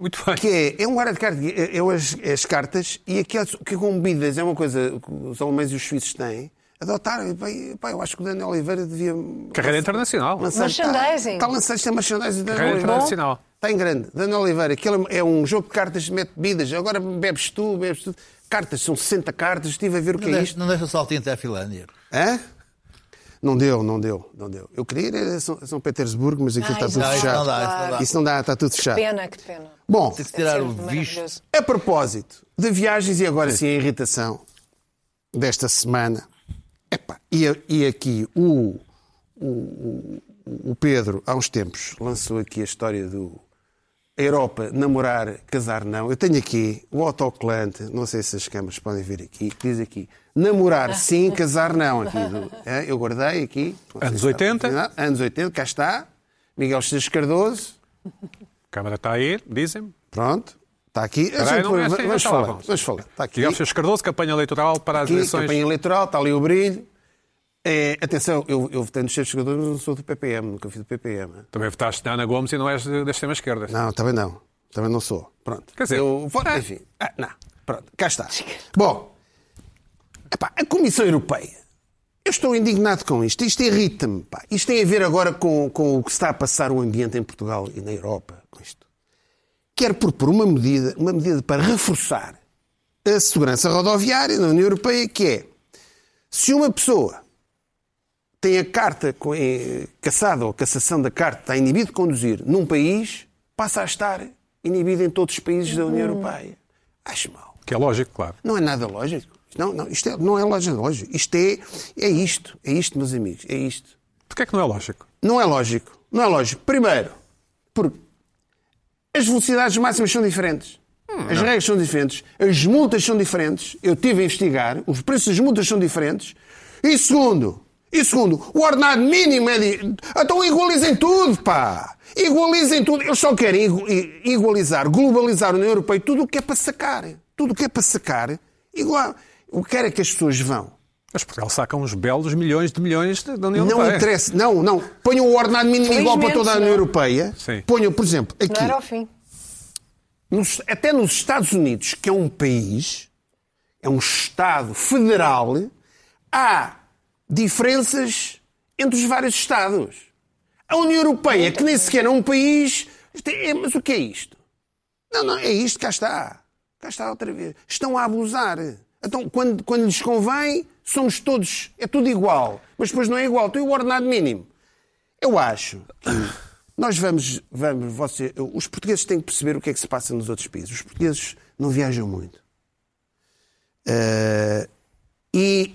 Muito bem.
que é, é um guarda de cartas, é, é as, as cartas e aquelas que com bebidas é uma coisa que os alemães e os suíços têm. Adotaram, e, bem, pá, eu acho que o Daniel Oliveira devia.
Carreira internacional.
lançar- Está,
Merchandising.
está a lançar esta merchandising do Daniel
Carreira
Oliveira.
internacional.
Está em grande. Daniel Oliveira, aquele é um jogo de cartas, mete bebidas. Agora bebes tu, bebes tu. Cartas, são 60 cartas, estive a ver o que
Não
é
deixa-
isto.
Não deixa o saltinho até a Finlândia.
Hã? Não deu, não deu, não deu. Eu queria ir a São, a São Petersburgo, mas aquilo
Ah,
está
isso
tudo
não, isso
fechado.
não dá, isso não dá.
Isso não dá, está tudo fechado.
Pena, que pena.
Bom,
Tem que tirar o
Deve ser
visto.
é um maravilhoso.
a propósito de viagens e agora sim a irritação desta semana. Epá, e, a- e aqui o, o- o- o Pedro, há uns tempos, lançou aqui a história do Europa namorar, casar não. Eu tenho aqui o autocolante, não sei se as câmaras podem ver aqui, que diz aqui namorar sim, casar não. Aqui do- é, eu guardei aqui. não sei
Anos
se está
80.
a funcionar. Anos 80, cá está. Miguel Esteves Cardoso.
A Câmara está aí, dizem-me.
Pronto, está aqui.
Espera aí, não é assim,
vamos,
então,
falar,
vamos.
vamos falar. Está aqui.
Miguel Feixas Cardoso, campanha eleitoral para as
aqui
eleições.
campanha eleitoral, está ali o brilho. É, atenção, eu, eu votei nos seus jogadores, mas não sou do PPM, nunca fiz do PPM. né?
Também votaste na Ana Gomes e não és da extrema-esquerda.
Não, também não. Também não sou. Pronto.
Quer dizer,
eu voto,
ah.
enfim. Ah, não. Pronto, cá está. Bom, epá, a Comissão Europeia. Eu estou indignado com isto. Isto irrita-me. pá. Isto tem a ver agora com, com o que se está a passar o ambiente em Portugal e na Europa. Com isto. Quer propor uma medida, uma medida para reforçar a segurança rodoviária na União Europeia, que é se uma pessoa tem a carta co- eh, caçada ou a cassação da carta, está inibido de conduzir num país, passa a estar inibido em todos os países da União Europeia. Acho mal.
Que é lógico, claro.
Não é nada lógico. Não, não, isto é- não é loja lógico. Isto é, é isto, é isto, meus amigos, é isto.
Porquê é que não é lógico?
Não é lógico. Não é lógico. Primeiro, porque as velocidades máximas são diferentes. As regras são diferentes, as multas são diferentes. Eu tive a investigar, os preços das multas são diferentes. E segundo, e segundo, o ordenado mínimo é. Di... Então igualizem tudo, pá! Igualizem tudo. Eles só querem igu- i- igualizar, globalizar a União Europeia, tudo o que é para sacar. Tudo o que é para sacar, igual. O que é que as pessoas vão?
Mas Portugal saca uns belos milhões de milhões da União
Não
Europeia.
interessa. Não, não. Ponham o ordenado mínimo igual para toda a União Europeia.
Sim.
Ponham, por exemplo,
é? Não era ao
aqui.
fim.
nos- até nos Estados Unidos, que é um país, é um Estado federal, há diferenças entre os vários Estados. A União Europeia, que nem sequer é um país. isto é- Mas o que é isto? Não, não, é isto, cá está. Cá está outra vez. Estão a abusar. Então, quando, quando lhes convém, somos todos. É tudo igual. Mas depois não é igual. Tem o ordenado mínimo. Eu acho que nós vamos. vamos você, os portugueses têm que perceber o que é que se passa nos outros países. Os portugueses não viajam muito. Eh, e,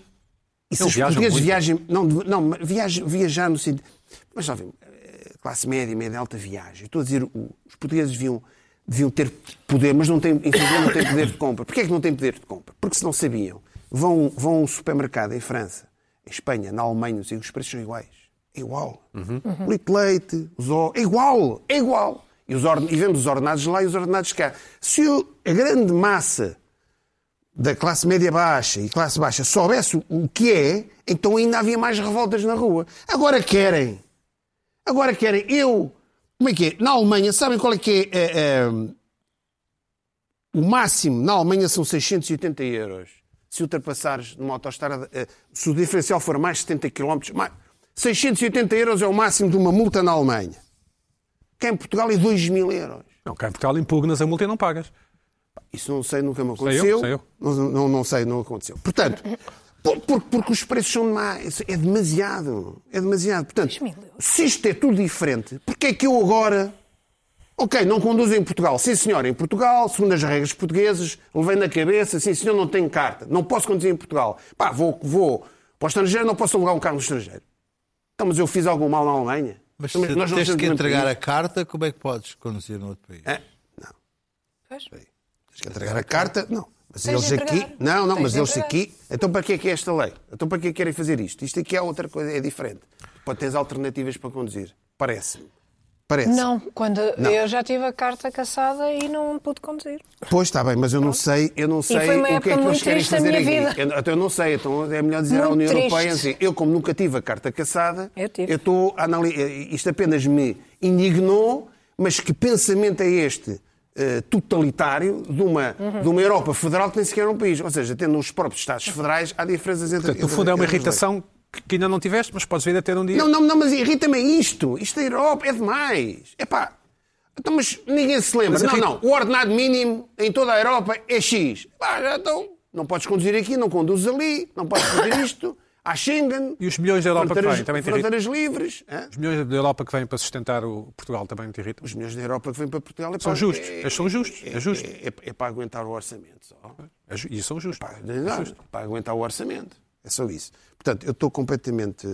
e se
Não
os
viajam
portugueses
muito.
viajam. Não, não viaja, viajar no sentido. Mas, jovem, eh, classe média, média alta viaja. Estou a dizer, o- os portugueses deviam, deviam ter poder, mas não têm, infelizmente não têm poder de compra. Porquê é que não têm poder de compra? Porque se não sabiam, vão, vão a um supermercado em França, em Espanha, na Alemanha, não sei, os preços são iguais. É igual.
Uhum.
O litro de leite, os ovos, é igual, é igual. E, os orden- e vemos os ordenados lá e os ordenados cá. Se eu- a grande massa da classe média baixa e classe baixa soubesse o que é, então ainda havia mais revoltas na rua. Agora querem. Agora querem. Eu. Como é que é? Na Alemanha, sabem qual é que é, é, é, o máximo? Na Alemanha são 680 euros. Se ultrapassares numa autoestrada, é, se o diferencial for mais de 70 km, mais, 680 euros é o máximo de uma multa na Alemanha. Cá em Portugal é 2 mil euros.
Não, cá em Portugal impugnas a multa e não pagas.
Isso não sei, nunca me aconteceu.
sei eu.
Não, não, não sei, não aconteceu. Portanto, por- por- porque os preços são demais. É demasiado. É demasiado. Portanto, se isto é tudo diferente, porque é que eu agora Ok, não conduzem em Portugal. Sim, senhor, em Portugal, segundo as regras portuguesas, levei na cabeça, sim, senhor, não tenho carta, não posso conduzir em Portugal. Pá, vou, vou para o estrangeiro, não posso alugar um carro no estrangeiro. Então, mas eu fiz algum mal na Alemanha.
Mas
Também-
se
nós não
tens
somos
que
um
entregar
país-
a carta, como é que podes conduzir no outro país?
Hã? Não. Tens que entregar a carta? Não. Mas
Tens
eles
de entregar.
aqui. Não, não,
Tens
mas
de
eles
entregar.
aqui. Então para que é que é esta lei? Então para que é que querem fazer isto? Isto aqui é outra coisa, é diferente. Pode ter alternativas para conduzir. Parece-me. Parece.
Não, quando eu já tive a carta caçada e não pude conduzir.
Pois está bem, mas eu não sei, eu não sei
foi
o
uma
que é que
época
eles
muito
querem
triste da
fazer
minha
aqui. Eu, então eu não sei, então é melhor dizer à
Muito
União
triste.
Europeia assim, eu como nunca tive a carta caçada,
Eu tive.
estou a analisar, isto apenas me indignou, mas que pensamento é este eh, totalitário de uma,
Uhum.
de uma Europa federal que nem sequer é um país, ou seja, tendo os próprios Estados federais, há diferenças entre...
Portanto, no
entre-
fundo é uma
entre as leis.
irritação que- que ainda não tiveste, mas podes vir a ter um dia.
Não, não, não, mas irrita-me isto. Isto é Europa, é demais. É pá. Então, mas ninguém se lembra.
Mas
não,
irrita-
não. O ordenado mínimo em toda a Europa é X. Pá, já então. Não podes conduzir aqui, não conduzes ali, não podes fazer isto. Há Schengen.
E os milhões da Europa que
fronteiras,
vêm também te irritam.
fronteiras livres. hã?
Os milhões da Europa que vêm para sustentar o Portugal também te irritam.
Os milhões da Europa que vêm para Portugal é
São
para-
justos.
é-
Eles são justos. É justo.
É, é- é para aguentar o orçamento só.
É ju- E são justos.
Pá, não, para aguentar o orçamento. É só isso. Portanto, eu estou completamente.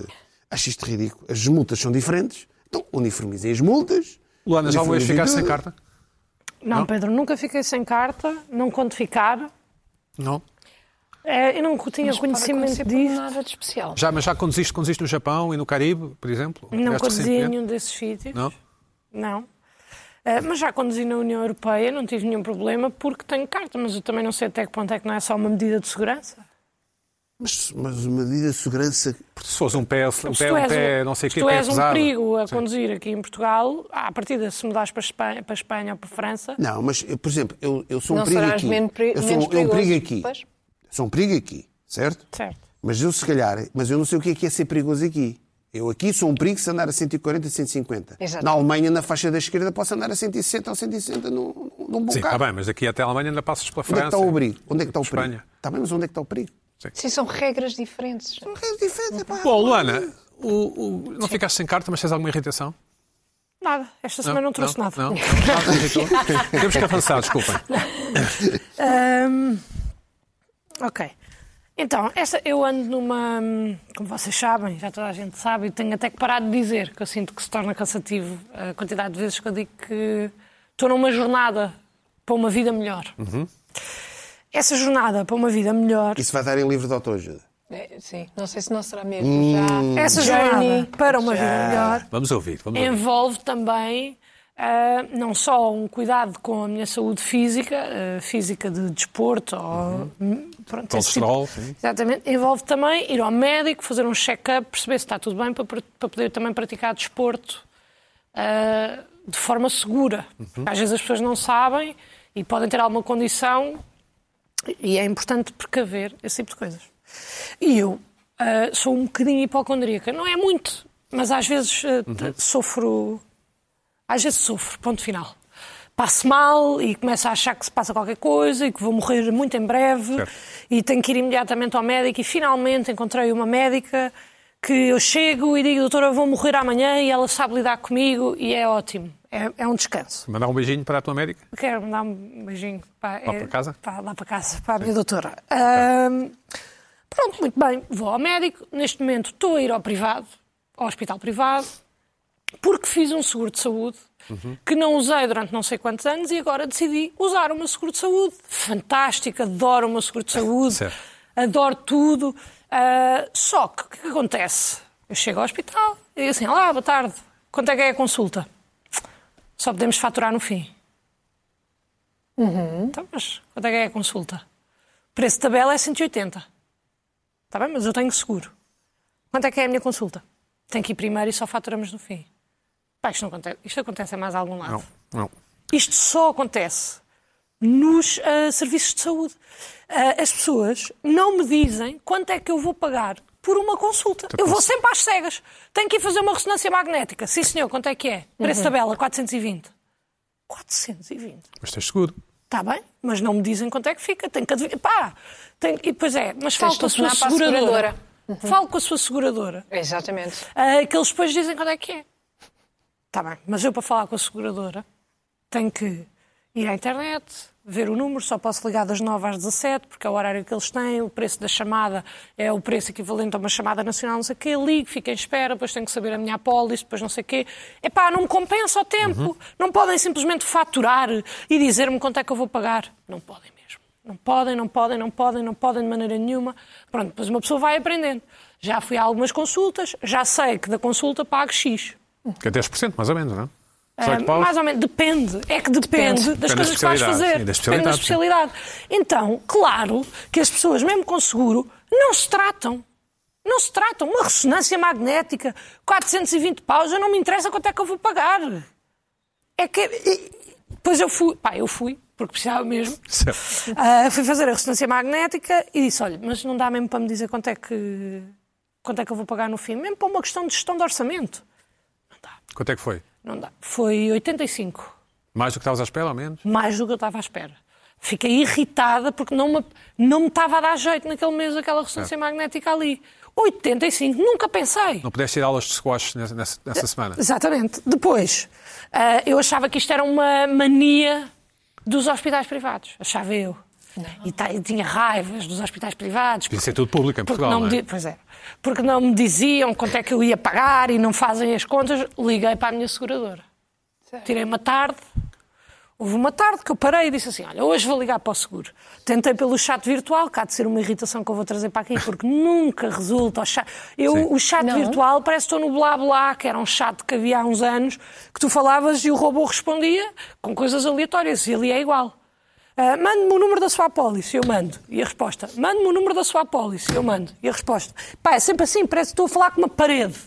Acho isto ridículo. As multas são diferentes. Então, uniformizem as multas.
Luana, já alguma vez
uniformizem
ficaste sem
tudo.
carta?
Não, Pedro, nunca fiquei sem carta, não conto ficar.
Não.
É, eu não tinha conhecimento disso.
nada de especial.
Já, mas já conduziste, conduziste no Japão e no Caribe, por exemplo?
Não
Tiveste
conduzi em
recentemente?
nenhum desses sítios.
Não?
Não. Eh, mas já conduzi na União Europeia, não tive nenhum problema, porque tenho carta, mas eu também não sei até que ponto é que não é só uma medida de segurança.
Mas, mas uma medida de segurança.
Se fores um pé, um
Se
pé,
tu
um
és
pé
um-
não sei o
se
que,
tu
pé
és um
pesado.
perigo a conduzir aqui em Portugal, à partida, se mudares para Espanha, para Espanha ou para França,
Não, mas, eu, por exemplo, eu, eu sou um
Não
perigo
serás
aqui.
menos peri-
eu sou
menos
um- eu um perigo
perigoso.
aqui.
Pois.
Eu sou um perigo aqui, certo?
certo.
Mas eu, se calhar, mas eu não sei o que é, que é ser perigoso aqui. Eu aqui sou um perigo se andar a 140, 150.
Exato.
Na Alemanha, na faixa da esquerda, posso andar a 160 ou 160 num, num bom
Sim, está
carro.
bem, mas aqui até a Alemanha ainda passas pela
Onde é
França.
que está o perigo? Onde é que está o
Espanha.
perigo? Está bem, mas onde é que está o perigo?
Sim, são regras diferentes.
Bom, Luana, o- o- não ficaste sem carta, mas tens alguma irritação?
Nada. Esta semana não, trouxe nada.
Não, não, nada te irritou? Temos que avançar, desculpem.
Ahm, ok. Então, essa, eu ando numa. hum, Como vocês sabem, já toda a gente sabe, e tenho até que parar de dizer, que eu sinto que se torna cansativo a quantidade de vezes que eu digo que estou numa jornada para uma vida melhor. Essa Uhum. jornada para uma vida melhor.
Isso vai dar em livro de autoajuda.
É, Sim, não sei se não será mesmo
Hum.
já.
Essa jornada para é uma vida melhor
Vamos ouvir, vamos ouvir.
envolve também ah, não só um cuidado com a minha saúde física, ah, física de desporto ou hum, pronto, esse
Colesterol,
tipo-
sim.
Exatamente. Envolve também ir ao médico, fazer um check-up, perceber se está tudo bem para, para poder também praticar desporto ah, de forma segura. Porque Às vezes as pessoas não sabem e podem ter alguma condição e é importante precaver esse tipo de coisas. E eu ah, sou um bocadinho hipocondríaca. Não é muito, mas às vezes ah, t- sofro. Às vezes sofro, ponto final. Passo mal e começo a achar que se passa qualquer coisa e que vou morrer muito em breve
Certo.
e tenho que ir imediatamente ao médico. E finalmente encontrei uma médica que eu chego e digo, doutora, vou morrer amanhã e ela sabe lidar comigo e é ótimo. É- é um descanso.
Mandar um beijinho para a tua médica?
Quero mandar um beijinho para,
Lá para casa?
Para, lá para casa, para a minha doutora. Ahm, pronto, muito bem. Vou ao médico. Neste momento estou a ir ao privado, ao hospital privado, porque fiz um seguro de saúde que não usei durante não sei quantos anos e agora decidi usar o meu seguro de saúde. Fantástico, adoro o meu seguro de saúde,
Certo.
adoro tudo. Ah, só que o que é que acontece? Eu chego ao hospital e digo assim: Olá, boa tarde. Quanto é que é a consulta? Só podemos faturar no fim. Então, mas quanto é que é a consulta? O preço de tabela é 180. Está Tá bem, mas eu tenho seguro. Quanto é que é a minha consulta? Tenho que ir primeiro e só faturamos no fim. Pá, isto, não acontece, isto acontece em mais algum lado.
Não, não.
Isto só acontece nos ah, serviços de saúde. Ah, as pessoas não me dizem quanto é que eu vou pagar por uma consulta. Eu vou sempre às cegas. Tenho que ir fazer uma ressonância magnética. Sim, senhor, quanto é que é? Preço de tabela, 420. 420.
Mas tens seguro.
Está Tá bem, mas não me dizem quanto é que fica. Tenho que adivinhar. Pá! Tenho... E, pois é, mas falo
de
com a sua
telefonar para a
seguradora.
seguradora. Uhum.
Falo com a sua seguradora. eh,
Exatamente.
é. Tá Ah, que eles depois dizem quando é que é. Está bem, mas eu para falar com a seguradora tem que ir à internet, ver o número, só posso ligar das 9 às 17, porque é o horário que eles têm, o preço da chamada é o preço equivalente a uma chamada nacional, não sei o quê, ligo, fico em espera, depois tenho que saber a minha apólice, depois não sei o quê. Epá, não me compensa o tempo. Não podem simplesmente faturar e dizer-me quanto é que eu vou pagar. Não podem mesmo. Não podem, não podem, não podem, não podem de maneira nenhuma. Pronto, depois uma pessoa vai aprendendo. Já fui a algumas consultas, já sei que da consulta pago X.
Que é 10%, mais ou menos, não é? 18
Ah,
paus.
mais ou menos, depende. É que depende, das
da
coisas que vais
especialidade,
fazer.
sim, da
depende da
especialidade, sim.
especialidade. Então, claro que as pessoas, mesmo com seguro, não se tratam. Não se tratam. Uma ressonância magnética, 420 paus, eu não me interessa quanto é que eu vou pagar. É que. e- Pois eu fui. Pá, eu fui, porque precisava mesmo.
Certo.
Ah, fui fazer a ressonância magnética e disse: olha, mas não dá mesmo para me dizer quanto é que. Quanto é que eu vou pagar no fim? Mesmo para uma questão de gestão de orçamento.
Quanto é que foi?
Não dá. Foi 85.
Mais do que estavas à espera, ou menos?
mais do que eu estava à espera. Fiquei irritada porque não me, não me estava a dar jeito naquele mês aquela ressonância magnética ali. 85, nunca pensei.
Não pudeste ir a aulas de squash nessa, nessa-
Eh,
nessa semana?
Exatamente. Depois, ah, eu achava que isto era uma mania dos hospitais privados. Achava eu. E, ta- e tinha raivas dos hospitais privados.
Devia
porque-
ser tudo público em
porque
Portugal,
não
não
me
é?
di- Pois é. Porque não me diziam quanto é que eu ia pagar e não fazem as contas. Liguei para a minha seguradora. Tirei uma tarde. Houve uma tarde que eu parei e disse assim: Olha, hoje vou ligar para o seguro. Tentei pelo chat virtual, cá de ser uma irritação que eu vou trazer para aqui, porque nunca resulta. O chat, eu,
Sim.
o chat virtual parece que estou no Blá Blá, que era um chat que havia há uns anos, que tu falavas e o robô respondia com coisas aleatórias, e ali é igual. Ah, mande-me o número da sua apólice, eu mando. E a resposta, mande-me o número da sua apólice, eu mando. E a resposta, pá, é sempre assim, parece que estou a falar com uma parede.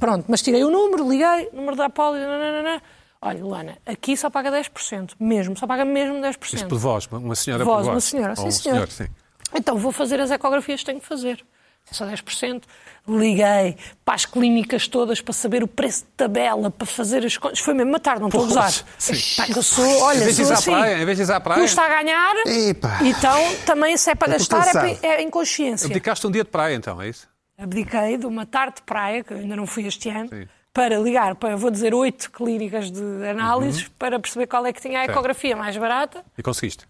Pronto, mas tirei o número, liguei, número da apólice, nananana. Olha, Luana, aqui só paga 10%, mesmo, só paga mesmo 10%.
Isto por voz, uma senhora por
Voz,
voz.
uma senhora,
Ou
sim,
um
senhor.
sim.
Então vou fazer as ecografias que tenho que fazer. É Só 10%. Liguei para as clínicas todas para saber o preço de tabela, para fazer as contas. Foi mesmo uma tarde, não estou a gozar.
Sim.
Pá, que eu sou, olha,
Em vez de
sou
ir à
assim.
praia, em vez de ir à praia.
Custa a ganhar,
Epa.
então também se é para
Eu estou
gastar, é,
cansado.
pe- é em consciência.
Dedicaste um dia de praia, então, é isso?
Abdiquei de uma tarde de praia, que eu ainda não fui este ano,
Sim. Uhum.
para ligar para, vou dizer, oito clínicas de análises para perceber qual é que tinha a
Certo.
ecografia mais barata
E conseguiste.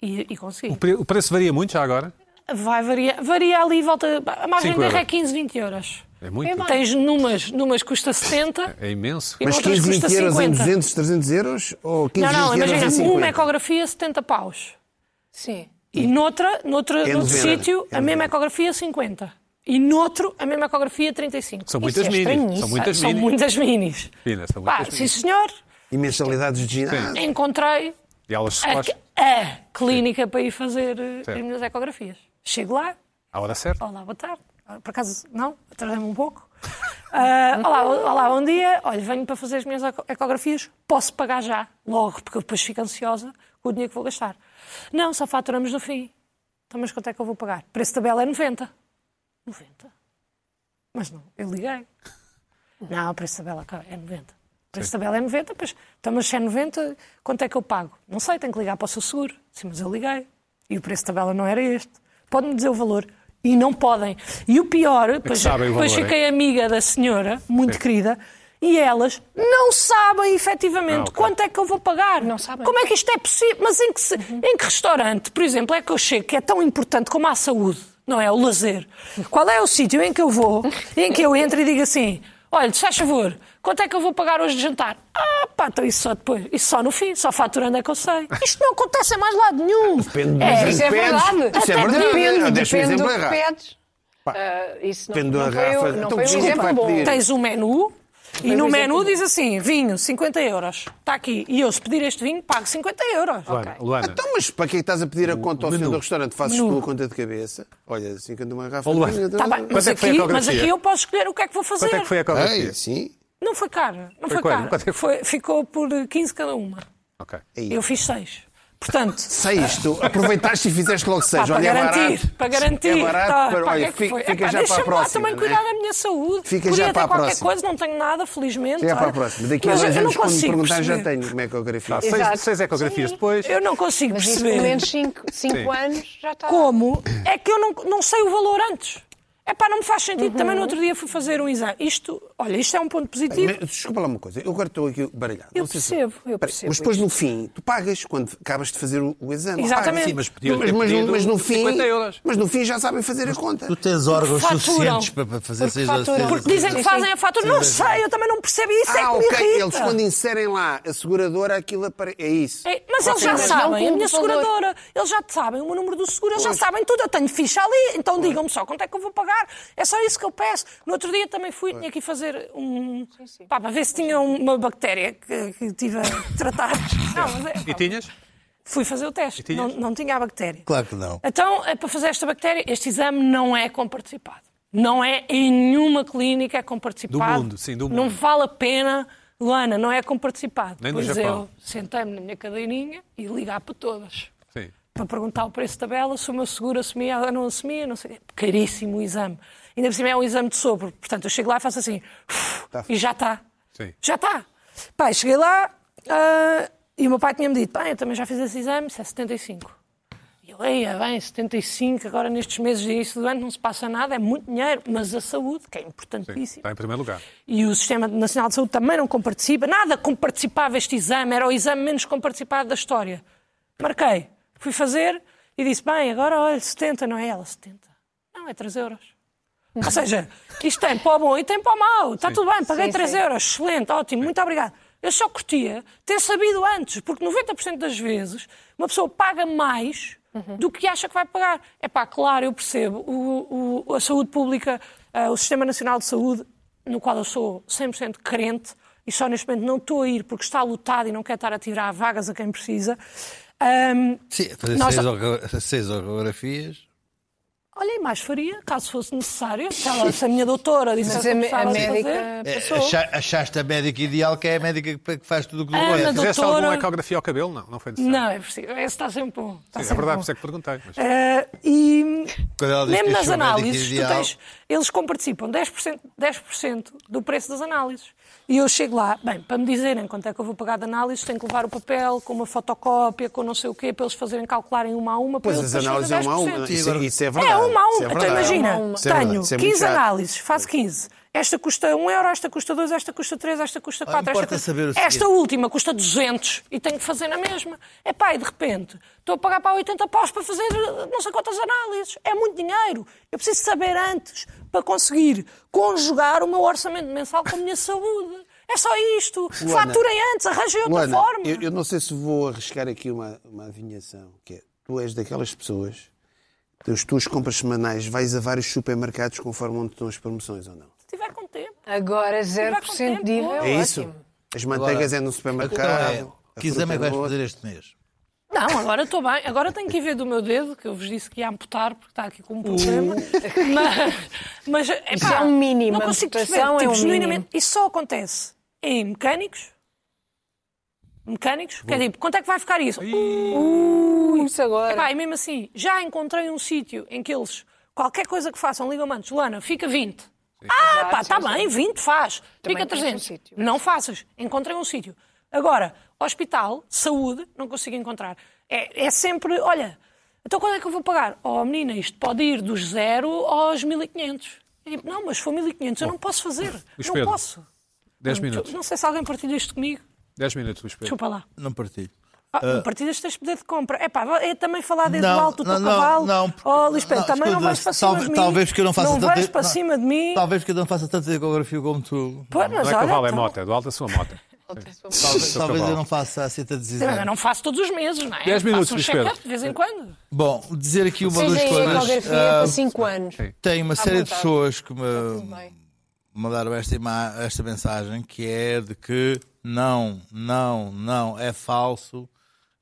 e, e consegui.
O pre- O preço varia muito já agora?
Vai variar, varia ali, volta. A margem
Cinco
de erro
euros.
é 15, 20 euros.
É muito.
Tens numas, numas custa 70
É imenso.
e
Mas
noutras
15,
custa
20 euros em
50.
200, 300 euros? Ou 15,
não, não,
20 euros
imagina,
em
uma é
50?
ecografia 70 paus.
Sim.
E noutra, noutra,
É
noutro
novena. É
sítio, a mesma
novena.
ecografia 50. E noutro, a mesma ecografia 35.
São muitas
é
minis. São
estranhíssimo.
muitas
São
minis.
muitas minis.
Pina, são
Pá,
muitas
sim
minis.
senhor,
E mensalidades de ginásio?
encontrei
E aulas de
a,
squash
a clínica para ir fazer eh,
Certo.
as minhas ecografias. Chego lá,
à hora certa.
Olá, boa tarde. Ah, Por acaso, não? Atrasei-me um pouco. Ah, olá, olá, bom dia. Olha, venho para fazer as minhas eco- ecografias. Posso pagar já, logo, porque eu depois fico ansiosa com o dinheiro que vou gastar. Não, só faturamos no fim. Então, mas quanto é que eu vou pagar? Preço da Bela é 90. 90? Mas não, eu liguei. Não, o preço da Bela é 90. O preço da Bela é 90, mas, então, mas se é 90, quanto é que eu pago? Não sei, tenho que ligar para o seu seguro. Sim, mas eu liguei. E o preço da Bela não era este. Pode-me dizer o valor. E não podem. E o pior, depois,
É sabem o
depois
valor,
fiquei amiga da senhora, muito querida, e elas não sabem efetivamente
Ah, ok.
quanto é que eu vou pagar.
Não sabem. Uhum.
Como é que isto é possível? Mas em que, se- em que restaurante, por exemplo, é que eu chego que é tão importante como a saúde, não é? O lazer. Qual é o sítio em que eu vou, em que eu entro e digo assim: olha, se faz favor, quanto é que eu vou pagar hoje de jantar? Ah, pá, então isso só depois, isso só no fim, só faturando é que eu sei. Isto não acontece em mais lado nenhum.
Depende
É,
dos
Isso é
empenhos.
verdade.
Isso é verdade.
Depende,
Eu deixo o
depende do
exemplo
que
errado.
pedes. Ah, isso não,
Depende da
não foi,
garrafa.
não
Então,
foi um
desculpa,
exemplo
vai
bom.
pedir.
Tens um menu e no
um exemplo
menu diz assim: vinho, 50 euros. Está aqui. E eu, se pedir este vinho, pago 50 euros.
Luana, Luana.
Então, mas para quem estás a pedir a conta ao
menu.
senhor do restaurante, fazes tu a conta de cabeça? Olha, 50 uma garrafa.
Ó, Luana.
de vinho,
Tá bem,
então-
mas,
é que foi a
aqui, mas
ecografia?
aqui eu posso escolher o que é que vou fazer.
Quanto é que foi a
Ei,
ecografia?
sim.
Não foi caro.
Foi
Não foi,
quanto?
caro.
Quanto é que
Foi- ficou por 15 cada uma.
Ok.
É
Ei.
Eu fiz seis. Portanto,
Seis, tu aproveitaste e fizeste logo
pá,
seis.
para,
olha, é
garantir,
barato.
para garantir,
É barato,
tá,
para-
pá,
olha,
que é que
fica-
foi?
fica
Epá,
já para a
deixa-me lá
próxima,
também
né?
cuidar da minha saúde.
Fica
Podia
já
ter
para a
qualquer
próxima.
coisa, não tenho nada, felizmente.
É para a
olha.
próxima. Daqui a
Mas
dois
eu não
anos, quando me
consigo
perguntar, já
perceber.
tenho é uma ecografia.
Há seis, seis ecografias depois.
Eu não consigo
Mas isso,
perceber.
pelo menos 5 anos já está.
como é que eu não, não sei o valor antes. É pá, não me faz sentido. Também no outro dia fui fazer um exame. Isto, olha, isto é um ponto positivo.
Uhum. Mas, desculpa lá uma coisa, eu agora estou aqui baralhado.
Eu
Não sei se-
percebo, eu
Espera aí,
percebo
Mas depois
isto.
no fim, tu pagas quando acabas de fazer o, o exame.
Exatamente.
Pagas.
Sim,
mas podiam
mas,
ter
mas no-
pedido
mas no fim,
50 euros.
Mas no fim já sabem fazer a conta.
Tu tens órgãos
Faturam.
suficientes para para fazer
Porque
seis
faturam.
seis-
Porque dizem que
Sim,
fazem
sim.
a fatura. Não sei, eu também não percebo isso. é
Ah,
que me
ok.
irrita.
Eles quando inserem lá a seguradora, aquilo apare... é isso.
É, Mas eles já
mas não
sabem,
com
a
o
minha
valor.
seguradora, eles já sabem o meu número do seguro, eles já sabem tudo, eu tenho ficha ali, então digam-me só quanto é que eu vou pagar, é só isso que eu peço. No outro dia também fui, tinha que ir fazer um. Pá, para ver se tinha uma bactéria que, que tive a tratar. Não, mas é,
E
pá,
tinhas?
fui fazer o teste, não,
tinhas?
não tinha a bactéria.
Claro que não.
Então, é para fazer esta bactéria, este exame não é comparticipado. Não é em nenhuma clínica é comparticipado.
Do mundo, sim, do mundo.
Não vale a pena, Luana, não é comparticipado.
Nem no
pois
Japão.
eu sentei-me na minha cadeirinha e ligar para todas.
Sim.
Para perguntar o preço da bela, se o meu seguro assumia ou não assumia, não sei o quê. Caríssimo o exame. Ainda por cima é um exame de sopro. Portanto, eu chego lá e faço assim. uf, E já está.
Tá. Sim.
Já está. Pai, cheguei lá ah, e o meu pai tinha-me dito: pai, eu também já fiz esse exame, isso é 75. E eu, eia, bem, 75, agora nestes meses de início do ano não se passa nada, é muito dinheiro, mas a saúde, que é
Sim.
importantíssimo.
Está em primeiro lugar.
E o Sistema Nacional de Saúde também não comparticipa, nada comparticipava este exame, era o exame menos comparticipado da história. Marquei, fui fazer e disse: bem, agora olha, 70, não é ela, 70. Não, é 3 euros. Ou seja, isto tem para o bom e tem para o mau. Está tudo bem, paguei 3 euros, excelente, ótimo, muito obrigado. Eu só curtia ter sabido antes, porque 90% das vezes uma pessoa paga mais
Uhum.
do que acha que vai pagar. É pá, claro, eu percebo. O, o- a saúde pública, ah, o Sistema Nacional de Saúde, no qual eu sou 100% crente, e só neste momento não estou a ir porque está lotado e não quer estar a tirar vagas a quem precisa. ahm,
Sim, fazer
Nós-
seis orga- seis ortografias.
Olha, e mais faria, caso fosse necessário. Se, ela- se a minha doutora dissesse
Mas
que
a, me- a
precisava de fazer.
médica
É,
passou.
acha- achaste a médica ideal, que é a médica que que faz tudo o que tu
Ah,
Ana
queres.
do-
Fizeste
Doutora-
alguma ecografia ao cabelo? Não, não foi necessário.
Não, tá é preciso. Esse está sempre bom. Está
Sim, é
sempre
verdade, por
bom.
isso é que perguntei. mas-
Eh, e
Quando ela diz
mesmo
que
nas
achou o médico
análises, tu
ideal-
tens, eles comparticipam 10%, 10% do preço das análises. E eu chego lá, bem, para me dizerem quanto é que eu vou pagar de análises, tenho que levar o papel com uma fotocópia, com não sei o quê, para eles fazerem calcularem uma a uma. Para
Pois
eu
as
depois
análises é
fazer
uma a
10%.
uma. Isso, isso é verdade.
É, uma a
Isso
uma. então
verdade.
imagina,
Isso é verdade,
tenho
isso é muito
15
chato.
análises, faço 15. Esta custa 1 euro, esta custa 2, esta custa 3, esta custa 4. esta,
importa
custa-
saber o
esta
seguinte.
última custa 200 e tenho que fazer na mesma. É pá, e de repente estou a pagar para 80 paus para fazer eh, não sei quantas análises. É muito dinheiro. Eu preciso saber antes para conseguir conjugar o meu orçamento mensal com a minha saúde. É só isto.
Luana,
Faturem antes, arranjem outra
Luana,
forma.
Eu, eu não sei se vou arriscar aqui uma, uma adivinhação, que é, tu és daquelas pessoas, que as tuas compras semanais, vais a vários supermercados conforme onde estão as promoções ou não.
Se tiver com tempo.
Agora 0% de IVA
É
é
isso?
ótimo.
As manteigas é no
A questão é,
supermercado. a
que exame é
fruta
que vais
no outro.
fazer este mês?
Não, agora estou bem. Agora tenho que ir ver do meu dedo, que eu vos disse que ia amputar, porque está aqui com um problema. Mas, mas epá,
Uh. é um mínimo,
Não consigo
a amputação
perceber. Tipo,
é um
genuinamente, Isso só acontece em mecânicos. Mecânicos? Quer dizer, quanto é que vai ficar isso?
Uh, Isso agora.
Epá, e mesmo assim, já encontrei um sítio em que eles, qualquer coisa que façam, ligam-me antes, Luana, fica 20. Ah, pá, está bem, 20 faz.
Também
fica
tens um
300.
sítio.
não faças. Encontrei um sítio. Agora, hospital, saúde, não consigo encontrar. É, é sempre, olha, então quando é que eu vou pagar? Oh, menina, isto pode ir dos zero aos 1500. Eu digo, É tipo, não, mas se for 1500, eu não posso fazer.
Luís
não
Pedro,
posso.
10 minutos.
Não sei se alguém partilha isto comigo.
10 minutos, Luís Pedro.
Desculpa lá.
Não partilho.
Ah, partidas tens poder de compra. É pá, é também falar desde
Não,
o alto do
não,
teu
não,
cavalo.
não, porque-
oh, Lisbeth,
não,
também não
escuta,
vais para cima
talvez-
de mim.
talvez que eu não faça
Não
tanta-
vais para
não.
cima de mim.
Talvez que eu não faça tanta ecografia como tu.
Pô, mas
Não é cavalo,
olha,
é moto, é do alto da sua moto.
Talvez,
Sou
talvez eu
cavalo.
não faça assim tantos
então, Eu
exames.
não faço todos os meses, não é?
Dez minutos,
faço um
Luís
check-up
Pedro.
de vez em quando.
Bom, dizer aqui uma ou
Seja
duas
em
coisas. ah,
ecografia é
Ah,
para 5 anos.
Tem uma série de
vontade.
pessoas que me mandaram esta, ima- esta mensagem que é de que não, não, não, é falso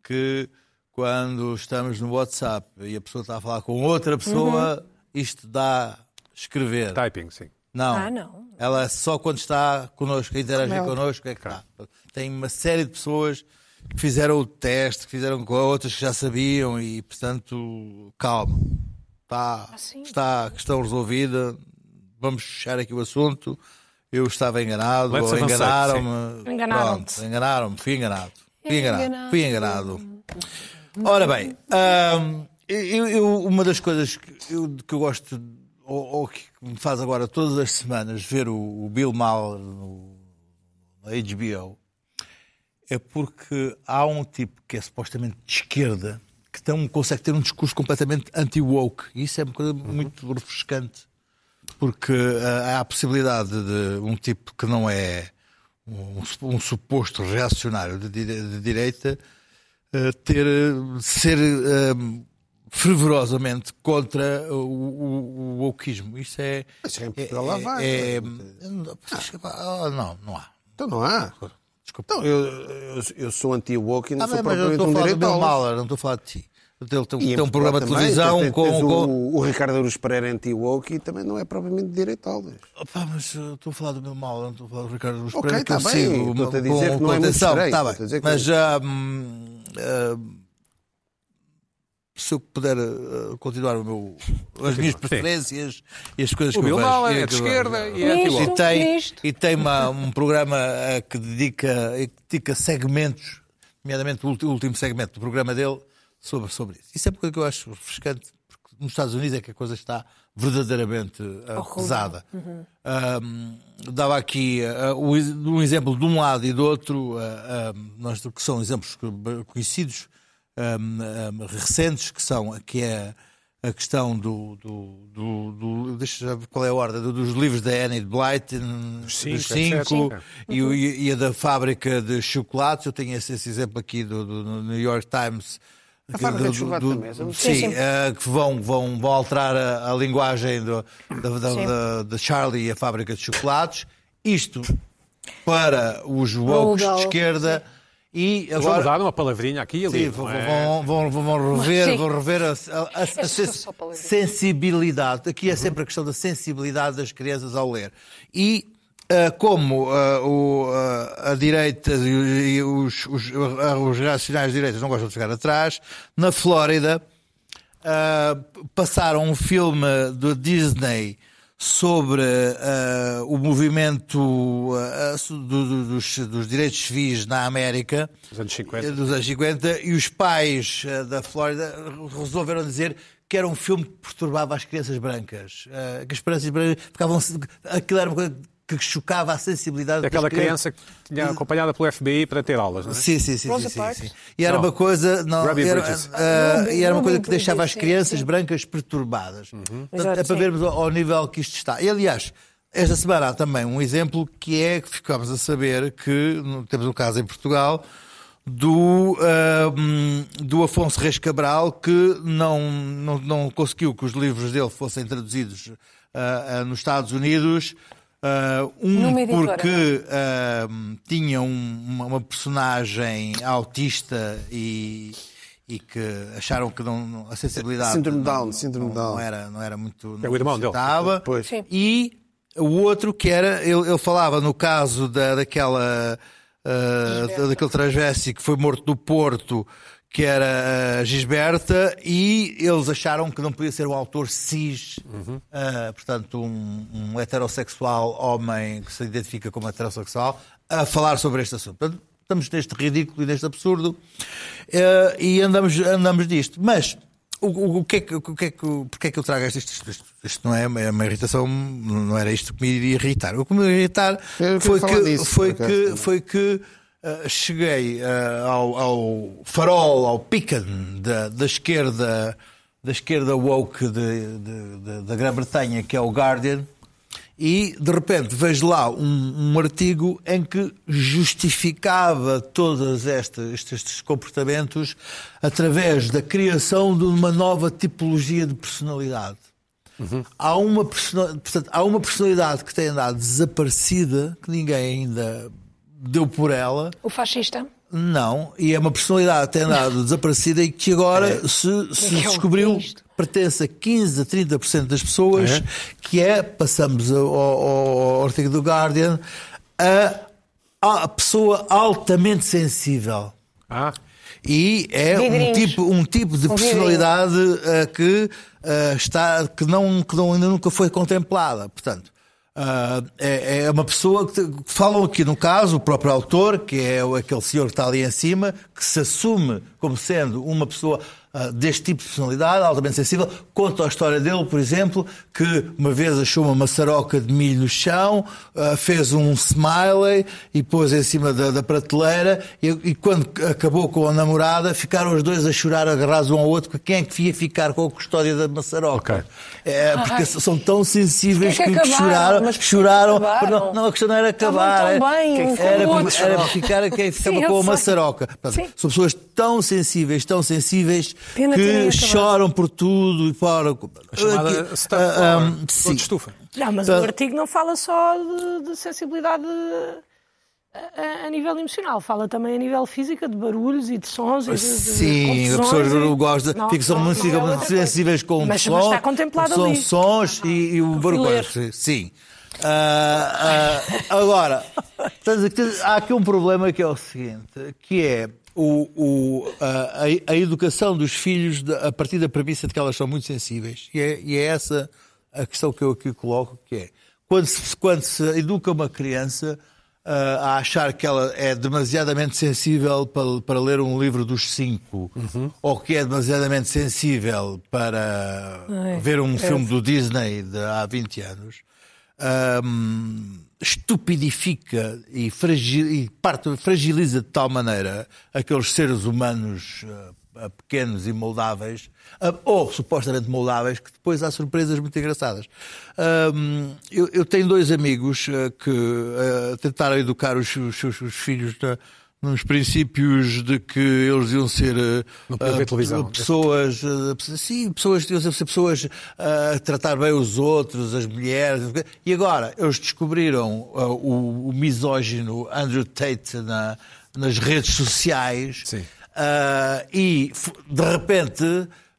que quando estamos no WhatsApp e a pessoa está a falar com outra pessoa, isto dá escrever.
Typing, sim.
Não.
Ah, não.
Ela é só quando está connosco, a interagir connosco, é que está. Tem uma série de pessoas que fizeram o teste, que fizeram com outras que já sabiam e, portanto, calma. Está,
Ah,
está a questão resolvida. Vamos fechar aqui o assunto. Eu estava enganado,
Let's
ou
avançar,
enganaram-me.
Enganaram-te.
Pronto, Enganaram-me, fui enganado. Fui enganado. Fui enganado. Ora bem, hum, eu- eu- uma das coisas que eu, que eu gosto, ou, ou que me faz agora todas as semanas ver o, o Bill Maher no, na HBO, é porque há um tipo que é supostamente de esquerda que tem, um- consegue ter um discurso completamente anti-woke. E isso é uma coisa muito refrescante. Porque ah, há a possibilidade de um tipo que não é um, su- um suposto reacionário de, dire- de direita eh, ter, eh, ser eh, fervorosamente contra o, o, o wokeismo. Isso é.
Mas em Portugal lá vai,
é-
não
Ah, não, não há.
Então não há.
Desculpa.
Então, eu, eu, eu sou anti-woke e não
Ah,
sou
bem, mas eu
propriamente
estou a
um
falar do
direito
Bill Mahler, não estou a falar de ti. Ele tem,
E em
tem um programa de
Portugal também,
televisão
tens-
com.
tens
com-
O, o Ricardo Aruz Pereira anti-woke e também não é propriamente de direito alves.
Opa, mas eh, estou a falar do meu mal, não estou a falar do Ricardo Luz
Ok,
Pereira, que
tá
eu
bem,
sigo
estou-te a
com-
dizer que
com
não é muito
atenção,
estranho,
tá
estou a dizer
bem.
que- é
Mas ah, hum, ah, se eu puder ah, continuar o meu, as minhas preferências e as coisas
O
que
Bill
eu vejo.
Maher
e
é de
que eu-
esquerda e é
Nisto,
anti-woke.
e tem,
nisto.
e tem uma- um programa eh, que dedica, eh, que dedica segmentos, nomeadamente o ulti- o último segmento do programa dele, sobre, sobre isso. Isso é uma coisa que eu acho refrescante, porque nos Estados Unidos é que a coisa está verdadeiramente eh, pesada.
Uhum.
Ahm, dava aqui eh, o ex- um exemplo de um lado e do outro, eh, ahm, nós, que são exemplos que- eh, conhecidos, ahm, ahm, recentes, que são que é a questão do, do, do, do- deixa eu ver qual é a ordem do- dos livros da Annie Blight dos
cinco,
dos cinco
etc.
e, o- e- e a da fábrica de chocolates eu tenho esse, esse exemplo aqui do, do- do New York Times que-
fábrica de chocolate também, essa é uma-
sim, eh, que vão, vão, vão alterar a, a linguagem do, da, da- da- da Charlie e a fábrica de chocolates isto para os woke de
legal.
esquerda e
Vão
agora
mudar uma palavrinha aqui e ali.
Sim,
não
vão,
é?
vão, vão, vão rever,
Sim.
vão rever a, a- a- a sen-
só palavras.
sensibilidade. Aqui é sempre a questão da sensibilidade das crianças ao ler. E ah, como ah, o, ah, a direita e os, e os, os, ah, os reacionários de direitas não gostam de ficar atrás, na Flórida ah, passaram um filme do Disney sobre ah, o movimento ah, do- do- dos, dos direitos civis na América Eh,
Dos anos 50.
dos anos 50, e os pais eh, da Flórida resolveram dizer que era um filme que perturbava as crianças brancas. eh, que as crianças brancas ficavam. Aquilo era uma coisa que chocava a sensibilidade das
É Aquela
crianças.
criança que tinha acompanhada pelo FBI para ter aulas, não é?
Sim, sim, sim. sim,
Rosa
sim,
Parks?
sim. E era
Não.
uma coisa. Não,
Ruby
era,
Bridges.
ah, e era uma coisa que
Ruby
deixava as
Bridges,
crianças
sim.
brancas perturbadas. Portanto,
Exato,
é para
sim.
vermos ao, ao nível que isto está. E aliás, esta semana há também um exemplo que é que ficámos a saber que no- temos um caso em Portugal. Do, ah, hum, do Afonso Reis Cabral, que não, não, não conseguiu que os livros dele fossem traduzidos ah, ah, nos Estados Unidos, ah, um
Numa editora,
porque
não é?
que ahm, tinha um- uma, uma personagem autista e, e que acharam que não, não- a sensibilidade
Síndrome
não,
Down,
não-
síndrome Down.
não- é não era não era muito
É o irmão dele.
estava
Pois.
Sim.
e o outro que era ele, ele falava no caso da, daquela ah, daquele transvesti que foi morto no Porto que era a Gisberta e eles acharam que não podia ser um autor cis
Uhum.
ah, portanto um, um heterossexual homem que se identifica como heterossexual a falar sobre este assunto Portanto, estamos neste ridículo e neste absurdo eh, e andamos andamos disto mas o, o- o que é que, o que é que, porque é que eu trago isto? Isto, isto- isto não é uma, é uma irritação, não era isto que me iria irritar. O que me iria irritar
Eu queria
foi
falar
que,
disso,
foi
por
que,
acaso.
foi que ah, cheguei ah, ao, ao farol, ao pican da, da esquerda da esquerda woke de- de- de- da Grã-Bretanha, que é o Guardian, e de repente vejo lá um, um artigo em que justificava todos estes, estes comportamentos através da criação de uma nova tipologia de personalidade há uma, persona- portanto, há uma personalidade que tem andado desaparecida, que ninguém ainda deu por ela,
O fascista.
não, e é uma personalidade que tem andado desaparecida e que agora se, se
que é o
descobriu
Cristo?
pertence a 15 a 30% das pessoas, que é, passamos ao, ao, ao artigo do Guardian, a, a pessoa altamente sensível.
Ah,
E é um
Vidrinhos.
tipo, um tipo de personalidade ah, que, ah, está, que, não, que não- ainda nunca foi contemplada. Portanto, ah, é, é uma pessoa que, te- falam aqui no caso, o próprio autor, que é o- aquele senhor que está ali em cima, que se assume como sendo uma pessoa ah, ah, deste tipo de personalidade, altamente sensível. Conta a história dele, por exemplo, que uma vez achou uma maçaroca de milho no chão, ah, fez um smiley e pôs em cima da, da prateleira e, e quando acabou com a namorada, ficaram os dois a chorar agarrados um ao outro, que quem é que ia ficar com a custódia da maçaroca?
Ok.
É, porque são tão sensíveis
Porque é
que,
que acabaram,
choraram,
mas porque
choraram.
acabaram.
Não, não, a questão não era acabar.
Estavam tão
era-
bem
era,
uns com
era,
outros.
era ficar quem ficava
Sim, eu
com a
sei.
maçaroca. Portanto,
Sim.
são pessoas tão sensíveis, tão sensíveis,
Pena terem
que
acabado.
choram por tudo e para.
A chamada
Aqui-
Stuff
ah, ah,
Flower,
sim.
toda de estufa.
Não, mas
Tá.
o artigo não fala só de, de sensibilidade a, a- a nível emocional, fala também a nível física, de barulhos e de sons. E de, de
Sim, as
confusões
pessoas
e-
gostam,
Não,
ficam
não,
muito,
não,
ficam
é
muito
outra coisa.
sensíveis com o
Mas-
som.
mas está contemplado
são
ali.
sons e, e o barulho. Sim. Ah, ah, agora, estás a dizer- há aqui um problema que é o seguinte, que é o, o- a, a- a educação dos filhos da- a partir da premissa de que elas são muito sensíveis. E é, e é essa a questão que eu aqui coloco, que é quando se, quando se educa uma criança ah, a achar que ela é demasiadamente sensível para, para ler um livro dos cinco, ou que é demasiadamente sensível para ver um filme do Disney de há 20 anos, hum, estupidifica e, fragi- e parte- fragiliza de tal maneira aqueles seres humanos eh, eh, pequenos e moldáveis, eh, ou supostamente moldáveis, que depois há surpresas muito engraçadas. Hum, eu, eu tenho dois amigos eh, que eh, tentaram educar os, os- os- os filhos na- nos princípios de que eles iam ser eh,
Não podia ver
eh,
televisão.
pessoas, eh, pessoas- sim, pessoas, deviam ser pessoas ah, a tratar bem os outros, as mulheres. E agora, eles descobriram ah, o, o misógino Andrew Tate na- nas redes sociais
Sim.
Ah, e, f- de repente,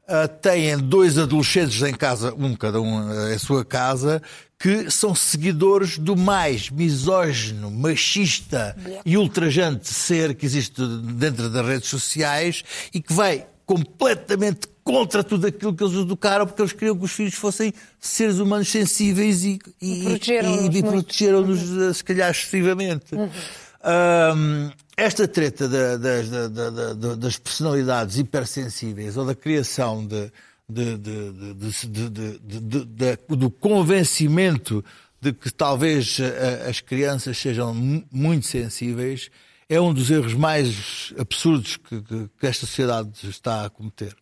ah, têm dois adolescentes em casa, um cada um ah, em sua casa, que são seguidores do mais misógino, machista e ultrajante ser que existe dentro das redes sociais e que vai completamente contra tudo aquilo que eles educaram, porque eles queriam que os filhos fossem seres humanos sensíveis e, e,
protegeram-nos
e- e
muito.
protegeram-nos, eh, se calhar, excessivamente. Ahm, esta treta da- das, da- da- da- da- das personalidades hipersensíveis ou da criação de- de- de- de- de- de- de- de- de- da- do convencimento de que talvez eh, as crianças sejam mu- muito sensíveis é um dos erros mais absurdos que- que- que esta sociedade está a cometer.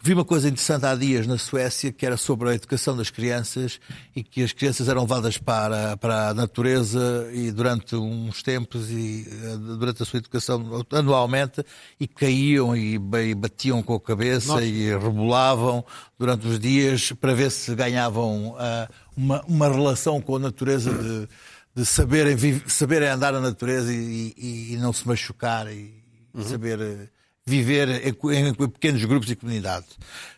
Vi uma coisa interessante há dias na Suécia que era sobre a educação das crianças e que as crianças eram levadas para, para a natureza e durante uns tempos e eh, durante a sua educação anualmente e caíam e, ba- e batiam com a cabeça e rebolavam durante os dias para ver se ganhavam ah, uma, uma relação com a natureza de, de saberem, vi- saberem andar na natureza e, e- e não se machucar e e saber eh, viver em, co- em pequenos grupos e comunidade.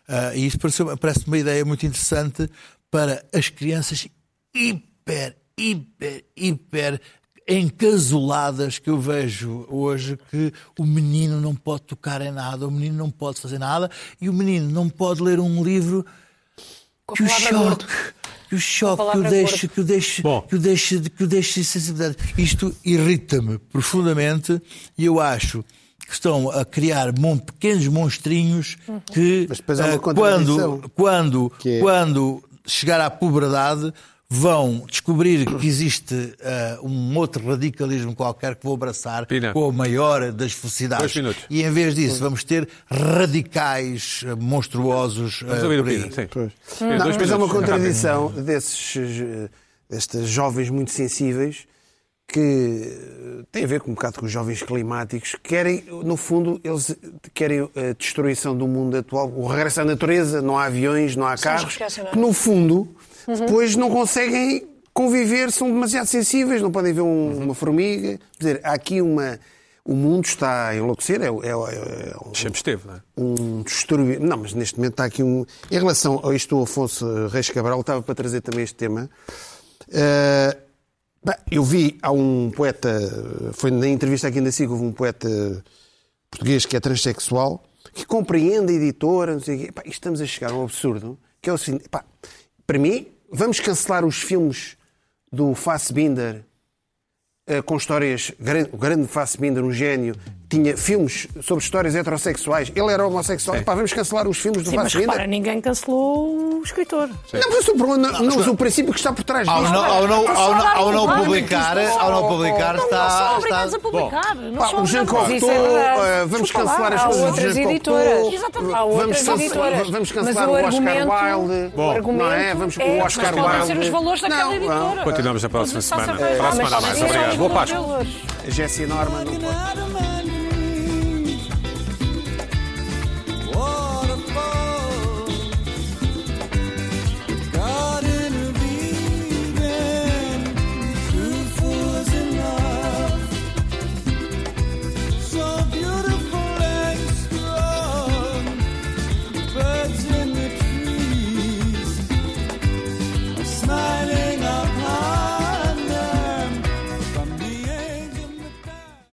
Ah, e isso pareceu- parece-me uma ideia muito interessante para as crianças hiper, hiper, hiper encasuladas que eu vejo hoje que o menino não pode tocar em nada, o menino não pode fazer nada e o menino não pode ler um livro que o choque, que o choque, que o
palavra
deixe, que o deixe,
Bom.
que o deixe, de- que o deixe sensibilidade. Isto irrita-me profundamente e eu acho que estão a criar mon- pequenos monstrinhos que
Uhum. Mas depois há uma
eh,
contradição.
quando quando,
é-
quando chegar à puberdade vão descobrir que existe eh, um outro radicalismo qualquer que vou abraçar
Pina.
com a maior das felicidades.
Dois minutos.
E em vez disso vamos ter radicais eh, monstruosos. eh,
Vamos ouvir o
por aí.
Pina, sim.
Pois.
Sim,
Não,
dois
mas há uma
minutos.
contradição desses, eh, destes jovens muito sensíveis que eh, tem a ver com um bocado com os jovens climáticos que querem, no fundo, eles eh, querem a destruição do mundo atual, o regresso à natureza, não há aviões, não há carros,
desgraçados.
que no fundo depois não conseguem conviver, são demasiado sensíveis, não podem ver um- uma formiga. Quer dizer, há aqui uma. O mundo está a enlouquecer, é, é, é, é
Sempre esteve, não é?
um distúrbio. Não, mas neste momento está aqui um. Em relação a isto, o Afonso Reis Cabral estava para trazer também este tema. Eh, bem, eu vi, há um poeta, foi na entrevista aqui na SIC, houve um poeta português que é transexual, que compreende a editora, não sei o quê. Epá, isto estamos a chegar a um absurdo, que é o seguinte, epá, para mim, vamos cancelar os filmes do Fassbinder eh, com histórias, gran- o grande Fassbinder, um gênio, tinha filmes sobre histórias heterossexuais, ele era homossexual, Epá, vamos cancelar os filmes do
Sim, mas
Vasco Renda.
repara, ninguém cancelou o escritor.
Não, mas o problema não, não um é o princípio que está por trás
Ao
disso.
não, ao não,
Estou só
ao não,
a dar
ao não
um lado,
publicar,
isto não-
ao não publicar
Então, Não, não são
está,
obrigados
está
a publicar.
Pá,
Não são
o
obrigados.
Jean Cocteau,
Isso é verdade.
eh, vamos
Desculpa lá,
cancelar as
há
coisas do
outras
Jean
editoras.
Cocteau,
Exatamente.
Há outras
vamos, cancelar-
editoras.
vamos
Mas
cancelar
o
o, Oscar
argumento-
Wilde,
o
não é?
argumento
Vamos
é-
o Oscar
Mas podem ser os
Wilde.
valores daquela
Não,
editora.
não.
Continuamos na próxima
Mas está-se a
semana.
ver.
Para a
Ah, mas
semana a mais.
isso é um
Obrigado. Boa
valor
Páscoa.
deles.
Jesse Norman não pode.